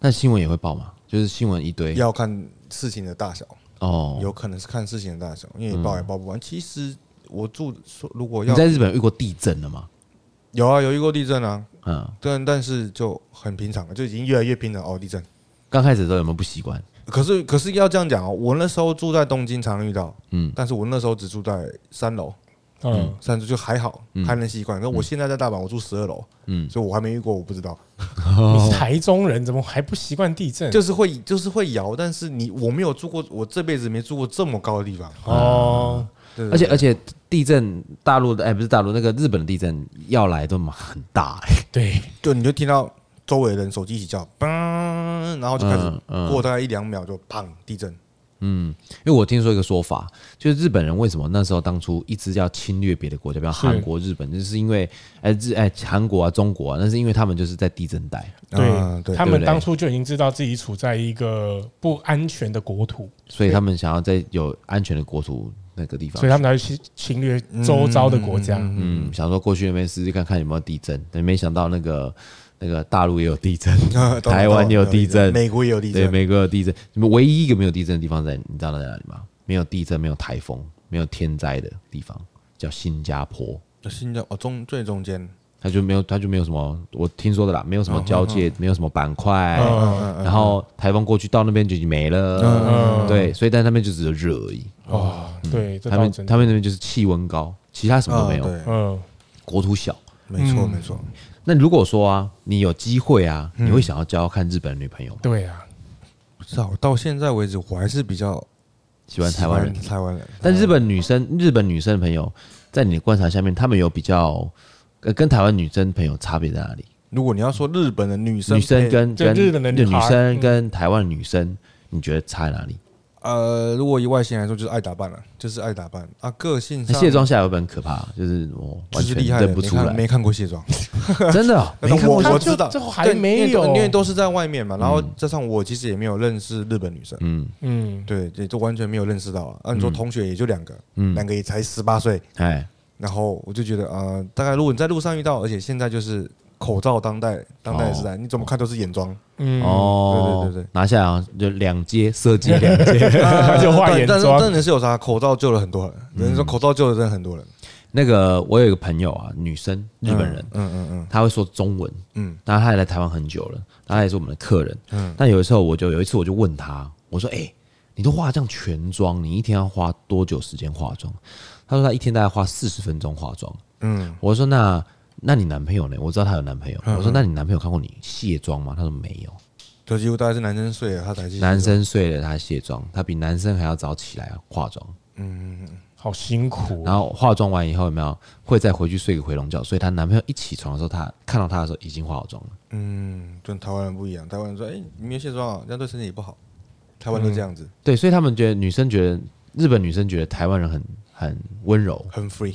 A: 那新闻也会报吗？就是新闻一堆
C: 要看事情的大小，
A: 哦。嗯
C: 有可能是看事情的大小，因为报也报不完。其实我住说如果
A: 你
C: 要
A: 在日本有遇过地震了吗？
C: 有啊有遇过地震啊，
A: 嗯，
C: 但但是就很平常了，就已经越来越平常哦，地震。
A: 刚开始的时候有没有不习惯？
C: 可是可是要这样讲哦，我那时候住在东京，常遇到，
A: 嗯
C: 但是我那时候只住在三楼，
B: 嗯，
C: 三楼就还好，还能习惯。那我现在在大阪，我住十二楼，
A: 嗯，
C: 所以我还没遇过，我不知道，
B: 你是台中人，怎么还不习惯地震？
C: 哦就是会就是会摇，但是你我没有住过，我这辈子没住过这么高的地方，
B: 哦，
C: 对
A: 而且而
C: 且
A: 且地震，大陆的哎不是大陆那个日本的地震要来都蛮很大
C: 啊
A: 哎。
B: 对，
C: 就你就听到周围人手机一起叫，砰，然后就开始
A: 嗯嗯
C: 过大概一两秒就砰 地震，
A: 嗯，因为我听说一个说法，就是日本人为什么那时候当初一直要侵略别的国家，比方
B: 是
A: 韩国、日本，就是因为哎日哎韩国啊、中国啊，那是因为他们就是在地震带，
C: 啊
B: 对
C: 对
B: 他
A: 对
B: 们
A: 不对
B: 当初就已经知道自己处在一个不安全的国土，
A: 所以他们想要在有安全的国土那个地方
B: 所以。他们嗯才会去侵略周遭的国家。
C: 嗯
A: 嗯，想说过去那边试试看看有没有地震，但没想到那个那个大陆也有地震，
C: 懂
A: 台湾
C: 懂
A: 也有
C: 懂
A: 地震
C: 美国也有地
A: 对，
C: 震，
A: 美国有地震，你们唯一一个没有地震的地方在，你知道在哪里吗？没有地震，没有台风，没有天灾的地方叫新加坡，
C: 新加哦中最中间，
A: 它就没有，它就没有什么，我听说的啦，没有什么交界，没有什么板块，
C: 嗯
A: 然后台风过去到那边就已经没了，对，所以但那边就只有热而已，
C: 嗯
B: 哦，对，这
A: 他
B: 倒
A: 们
B: 真的，
A: 他们那边就是气温高，其他什么都没有，嗯
C: 啊
B: 嗯，
A: 国土小。
C: 对，没错没错，
A: 那如果说啊，你有机会啊，你会想要交看日本女朋友吗？
B: 对啊，
C: 不知道到现在为止，我还是比较
A: 喜欢台湾人，
C: 台湾人，
A: 但日本女生、日本女生朋友，在你的观察下面，她们有比较呃跟台湾女生朋友差别在哪里？
C: 如果你要说日本的女生
A: 女生
C: 配
A: 跟
B: 就
A: 跟
B: 日本的女
A: 女
B: 孩
A: 生跟台湾女生，你觉得差在哪里？
C: 呃，如果以外形来说，就是爱打扮了，就是爱打扮啊，个性
A: 那
C: 上
A: 卸妆下来会不会很可怕？就是我
C: 就
A: 完
C: 是
A: 全
C: 厉害的，
A: 认不
C: 没
A: 出
C: 看
A: 来，
C: 没看过卸妆，
A: 真 的哦没看
C: 我
A: 过。
C: 我
B: 他就
C: 知道，
B: 这还
C: 对
B: 没
C: 因为
B: 有
C: 因为都是在外面嘛，然后加上我其实也没有认识日本女生，
A: 嗯
B: 嗯，
C: 对，也都完全没有认识到啊。啊，你说同学也就两个，
A: 嗯，
C: 两个也才十八岁，
A: 哎，
C: 然后我就觉得啊，大概如果你在路上遇到，而且现在就是口罩当代当代的时代，你怎么看都是眼妆，
B: 嗯，
A: 哦，
C: 对对对对，
A: 拿下来啊就两阶设计 两阶。
B: 他就画
C: 但
B: 眼
C: 但是
B: 妆，
C: 真的是有啥，口罩救了很多人，
A: 嗯
C: 人家说口罩救了真的很多人，
A: 那个我有一个朋友啊，女生，日本人，
C: 嗯嗯嗯
A: 他会说中文，
C: 嗯
A: 那他也来台湾很久了，那他也是我们的客人。嗯，但有的时候我就有一次我就问他，我说：“哎、你都化这样全妆，你一天要花多久时间化妆？”他说他一天大概花四十分钟化妆。
C: 嗯
A: 我说：“那那你男朋友呢？我知道他有男朋友。我说：“那你男朋友看过你卸妆吗？”他说：“没有。
C: 就几乎大概是男生睡了，他才去
A: 男生睡了，他卸妆，他比男生还要早起来化妆。
B: 好辛苦啊
A: 然，后化妆完以后有没有会再回去睡个回笼觉？所以她男朋友一起床的时候，她看到她的时候已经化好妆了。
C: 嗯，跟台湾人不一样。台湾人说：“哎、你没有卸妆啊，这样对身体不好。”台湾都这样子，
A: 对，所以他们觉得女生觉得日本女生觉得台湾人很很温柔，
C: 很 free。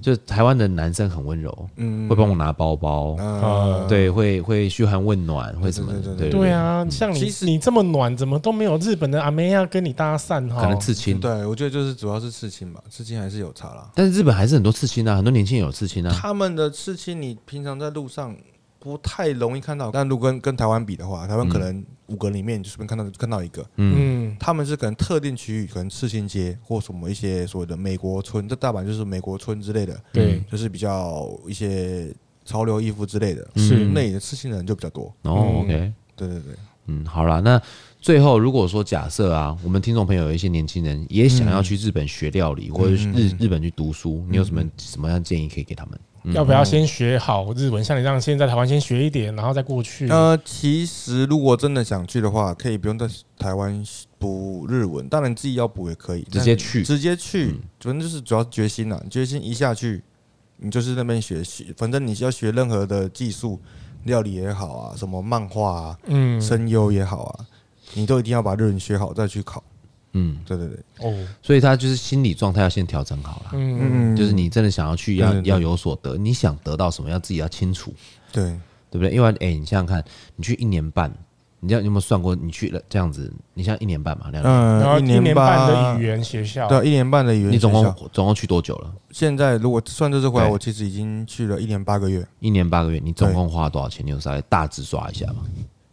A: 就是台湾的男生很温柔，
C: 嗯
A: 会帮我拿包包，
C: 啊，
A: 对，会会嘘寒问暖，会什么
C: 对对
A: 的，
C: 对嗯
B: 对，啊，像你
C: 其实
B: 你这么暖，怎么都没有日本的阿妹要跟你搭讪哈？
A: 可能刺青，
C: 对，我觉得就是主要是刺青吧，刺青还是有差啦。
A: 但是日本还是很多刺青啊，很多年轻人有刺青啊，
C: 他们的刺青你平常在路上不太容易看到，但如果跟跟台湾比的话，台湾可能五个里面你就随便看到看到一个。
A: 嗯，
B: 嗯，
C: 他们是可能特定区域，可能刺青街或什么一些所谓的美国村，这大阪就是美国村之类
A: 嗯
C: 的，
B: 对，
C: 就是比较一些潮流衣服之类的，
B: 是
C: 那里的刺青的人就比较多。
A: 哦，OK，
C: 对对对，
A: 嗯，好啦，那最后如果说假设啊，我们听众朋友有一些年轻人也想
C: 嗯
A: 要去日本学料理，或者是日日本去读书，你有什么
C: 嗯
A: 什么样的建议可以给他们？
B: 要不要先学好日文？像你这样，先在台湾先学一点，然后再过
A: 嗯
B: 去。
C: 呃，其实如果真的想去的话，可以不用在台湾补日文，当然自己要补也可以，
A: 直接
C: 但
A: 去嗯
C: 直接去，反正就是主要是决心啦，决心一下去，你就是那边学习，反正你要学任何的技术，料理也好啊，什么漫画啊、
B: 嗯，
C: 声优也好啊，你都一定要把日文学好再去考。
A: 嗯，
C: 对对对，
B: 哦，
A: 所以他就是心理状态要先调整好啦。
B: 嗯，
A: 就是你真的想要去，要
C: 对对对
A: 要有所得，你想得到什么，要自己要清楚，
C: 对，
A: 对不对？因为哎、你想想看，你去一年半，你知道你有没有算过？你去了这样子，你像一年半嘛，两年，
C: 嗯、
B: 然后一年半的
C: 语
B: 语
C: 言，
B: 言啊学校，
C: 对，一年半的语言学校。
A: 你总共总共去多久了？
C: 现在如果算这次回来，
A: 对
C: 我其实已经去了一年八个月。
A: 一年八个月，你总共花了多少钱？你有稍微大致抓一下吗？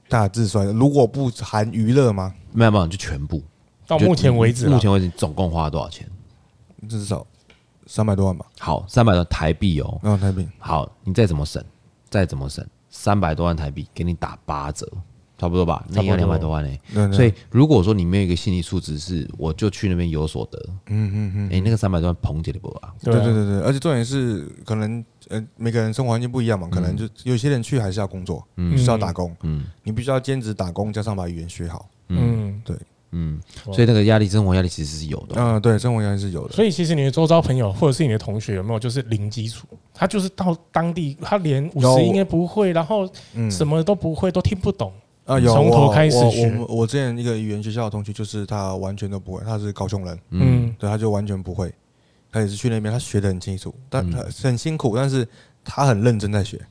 C: 大致算，如果不含娱乐吗？
A: 没有没有，就全部。
B: 到
A: 就
B: 目前为止啦，
A: 目前为止你总共花了多少钱？
C: 至少三百多万吧。
A: 好，三百多台币哦。
C: 然后台币
A: 好，你再怎么省，再怎么省，三百多万台币给你打八折，差不多吧？那应该
B: 差
A: 两
B: 不多啊
A: 百多万嘞、
C: 对对
A: 所以如果说你没有一个心理素质是，我就去那边有所得，嗯嗯嗯，哎、那个三百多万捧起来不啊？
C: 对
B: 对啊
C: 对对对，而且重点是，可能呃每个人生活环境不一
B: 嗯
C: 样嘛，可能就有些人去还是要工作，嗯，是要打工，
A: 嗯
C: 嗯，你必须要兼职打工，加上把语言学好。
B: 嗯，
C: 对，
A: 嗯，所以那个压力，生活压力其实是有的。
C: 嗯，对，生活压力是有的。
B: 所以其实你的周遭朋友或者是你的同学有没有就是零基础？他就是到当地，他连五
C: 有
B: 十音也不会，然后
C: 嗯
B: 什么都不会，都听不懂。
C: 啊，有
B: 从头
C: 我
B: 开始
C: 我
B: 学
C: 我我之前一个语言学校的同学，就是他完全都不会，他是高雄人，
B: 嗯，
C: 对，他就完全不会。他也是去那边，他学的很清楚，
B: 嗯
C: 但他很辛苦，但是他很认真在学，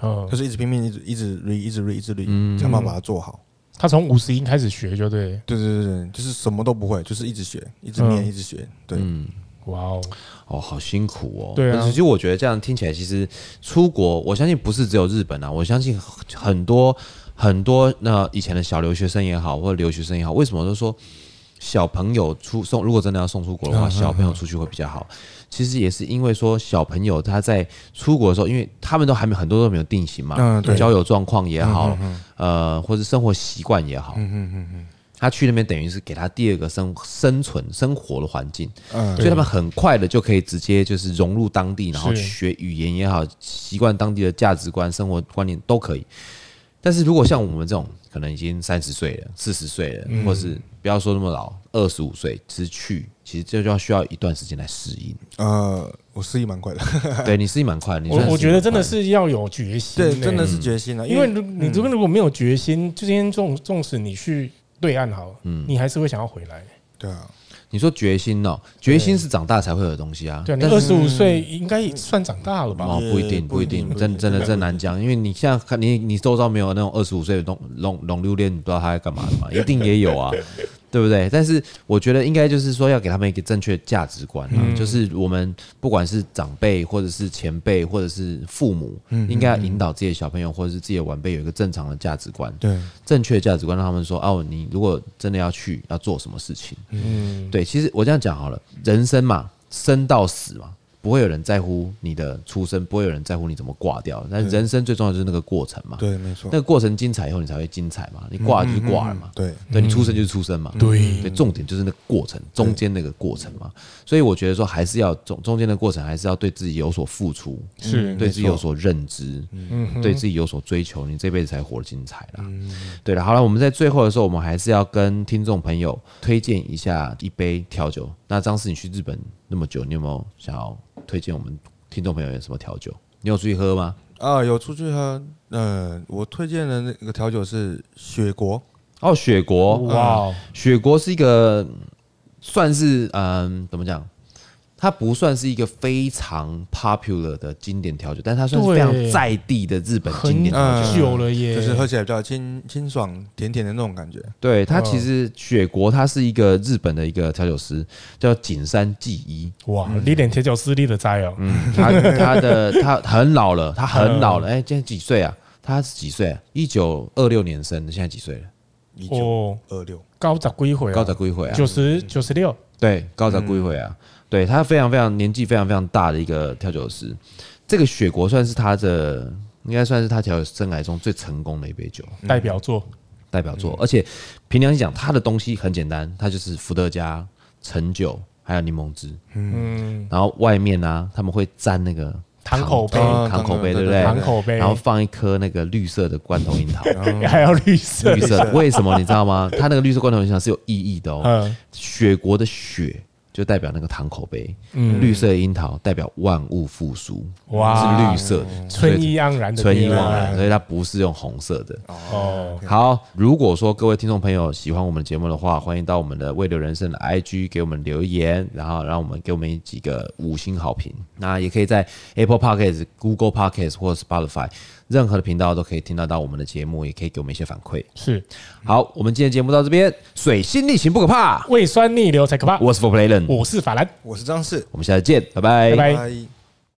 B: 哦
C: 就，是一直拼命，一直一直 re，一直 re，一直 re，想办法把它做好。
B: 他从五十音开始学，就对。
C: 对对对对，就是什么都不会，就是一直学，一直念，
B: 嗯
C: 一直学。对，
A: 嗯，
B: 哇哦，
A: 哦，好辛苦哦。
B: 对啊
A: 其实我觉得这样听起来，其实出国，我相信不是只有日本啊，我相信很多很多那以前的小留学生也好，或者留学生也好，为什么我都说小朋友出送，如果真的要送出国的话，小朋友出去会比较好。其实也是因为说小朋友他在出国的时候，因为他们都还没很多都没有定型嘛，
C: 嗯对
A: 交友状况也好，呃，或者生活习惯也好，他去那边等于是给他第二个生生存生活的环境，
C: 嗯
A: 所以他们很快的就可以直接就是融入当地，然后
B: 是
A: 学语言也好，习惯当地的价值观、生活观念都可以。但是如果像我们这种可能已经三十岁了、四十岁了，
B: 嗯
A: 或是不要说那么老，二十五岁，其实去其实这就要需要一段时间来适 应。
C: 呃，我适应蛮快的，
A: 对你适应蛮快的，你算
B: 我我
A: 适应
B: 觉得
A: 蛮
B: 真的
A: 快
B: 是要有决心欸、
C: 对， 啊真的是决心了，
B: 因为如你如果如果没有决心，就今天纵纵使你去对岸好了，你还是会想要回来。
C: 对啊，
A: 你说决心哦，决心是长大才会有的东西啊。
B: 对啊，你
A: 但是
B: 二十五岁应该算长大了吧？
A: 哦，不一定，
C: 也
A: 不一定
C: 不一，定
A: 真真的真难讲，因为你现在看你你周遭没有那种二十五岁的龙龙龙溜恋，你不知道他在干嘛的 嘛，一定也有啊，对不对？但是我觉得应该就是说要给他们一个正确的价值观、
C: 嗯
A: 啊，就是我们不管是长辈或者是前辈或者是父母，
C: 嗯
A: 应该要引导自己的小朋友或者是自己的晚辈有一个正常的价值观，
C: 对，
A: 正确的价值观，让他们说哦，你如果真的要去要做什么事情，嗯，对，其实我这样讲好了，人生嘛，生到死嘛，不会有人在乎你的出生，不会有人在乎你怎么挂掉，但人生最重要的就是那个过程嘛，，
C: 对，没错
A: 那，个过程精彩以后你才会精彩嘛，你挂了就是挂了嘛，
C: 对，
A: 对你出生就是出生嘛，
B: 嗯对
A: 对，重点就是那个过程，中间那个过程嘛，所以我觉得说还是要中中间的过程还是要对自己有所付出，嗯
B: 是嗯
A: 对自己有所认知，对自己有所追求，你这辈子才活得精彩啦。
B: 嗯
A: 对了，好了，我们在最后的时候，我们还是要跟听众朋友推荐一下一杯调酒。那张思，你去日本那么久，你有没有想要推荐我们听众朋友有什么调酒？你有出去喝吗？
C: 啊，有出去喝，呃，我推荐的那个调酒是雪国，
A: 哦，雪国，
B: 哇哦，
A: 雪国是一个嗯算是嗯，怎么讲？它不算是一个非常 popular 的经典调酒，但它算是
B: 对
A: 非常在地的日本经
B: 很
A: 典调酒。
C: 嗯
B: 久了耶，
C: 就是喝起来比较清清爽、甜甜的那种感觉。
A: 对他
B: 嗯
A: 其实雪国他是一个日本的一个调酒师，叫景山纪 一。
B: 哇，你连铁脚师立的在哦，
A: 嗯，他他的他很老了，他很老了。
B: 嗯
A: 哎、今现在几岁啊？他是几岁啊？一九二六年生的，现在几岁了？
C: 一九
B: 哦，
C: 二六，
B: 高十几回啊，
A: 高达归回啊？
B: 九十九十六，
A: 对，高达归回啊？对他非常非常年纪非常非常大的一个调酒师。这个雪国算是他的，应该算是他调酒生涯中最成功的一杯酒。
B: 代表作
A: 代表作。而且凭良心讲，它的东西很简单，它就是伏特加、橙酒还有柠檬汁。嗯，然后外面呢、他们会沾那个
B: 糖口杯
A: 糖糖口杯，
C: 嗯
A: 对不对？
B: 糖口杯，
A: 然后放一颗那个绿色的罐头樱桃，
B: 还要绿色
A: 绿，色的为什么你知道吗？它那个绿色罐头樱桃是有意义的哦。
B: 嗯，
A: 雪国的雪就代表那个糖口杯，
B: 嗯
A: 绿色的樱桃代表万物复苏，
B: 哇
A: 是绿色的，
B: 春意盎然的
A: 春意
B: 地
A: 盎
B: 方
A: 然，所以它不是用红色的。
B: 哦，
A: 好，如果说各位听众朋友喜欢我们的节目的话，欢迎到我们的未流人生的 IG 给我们留言，然后让我们给我们几个五星好评。那也可以在 Apple Podcast、Google Podcast 或 Spotify 任何的频道都可以听得到我们的节目，也可以给我们一些反馈。
B: 是
A: 好，我们今天节目到这边，水星逆行不可怕，
B: 胃酸逆流才可怕。哦
A: 我是 For Playen，
B: 我是法兰，
C: 我是张四，
A: 我们下次见，
B: 拜拜
C: 拜。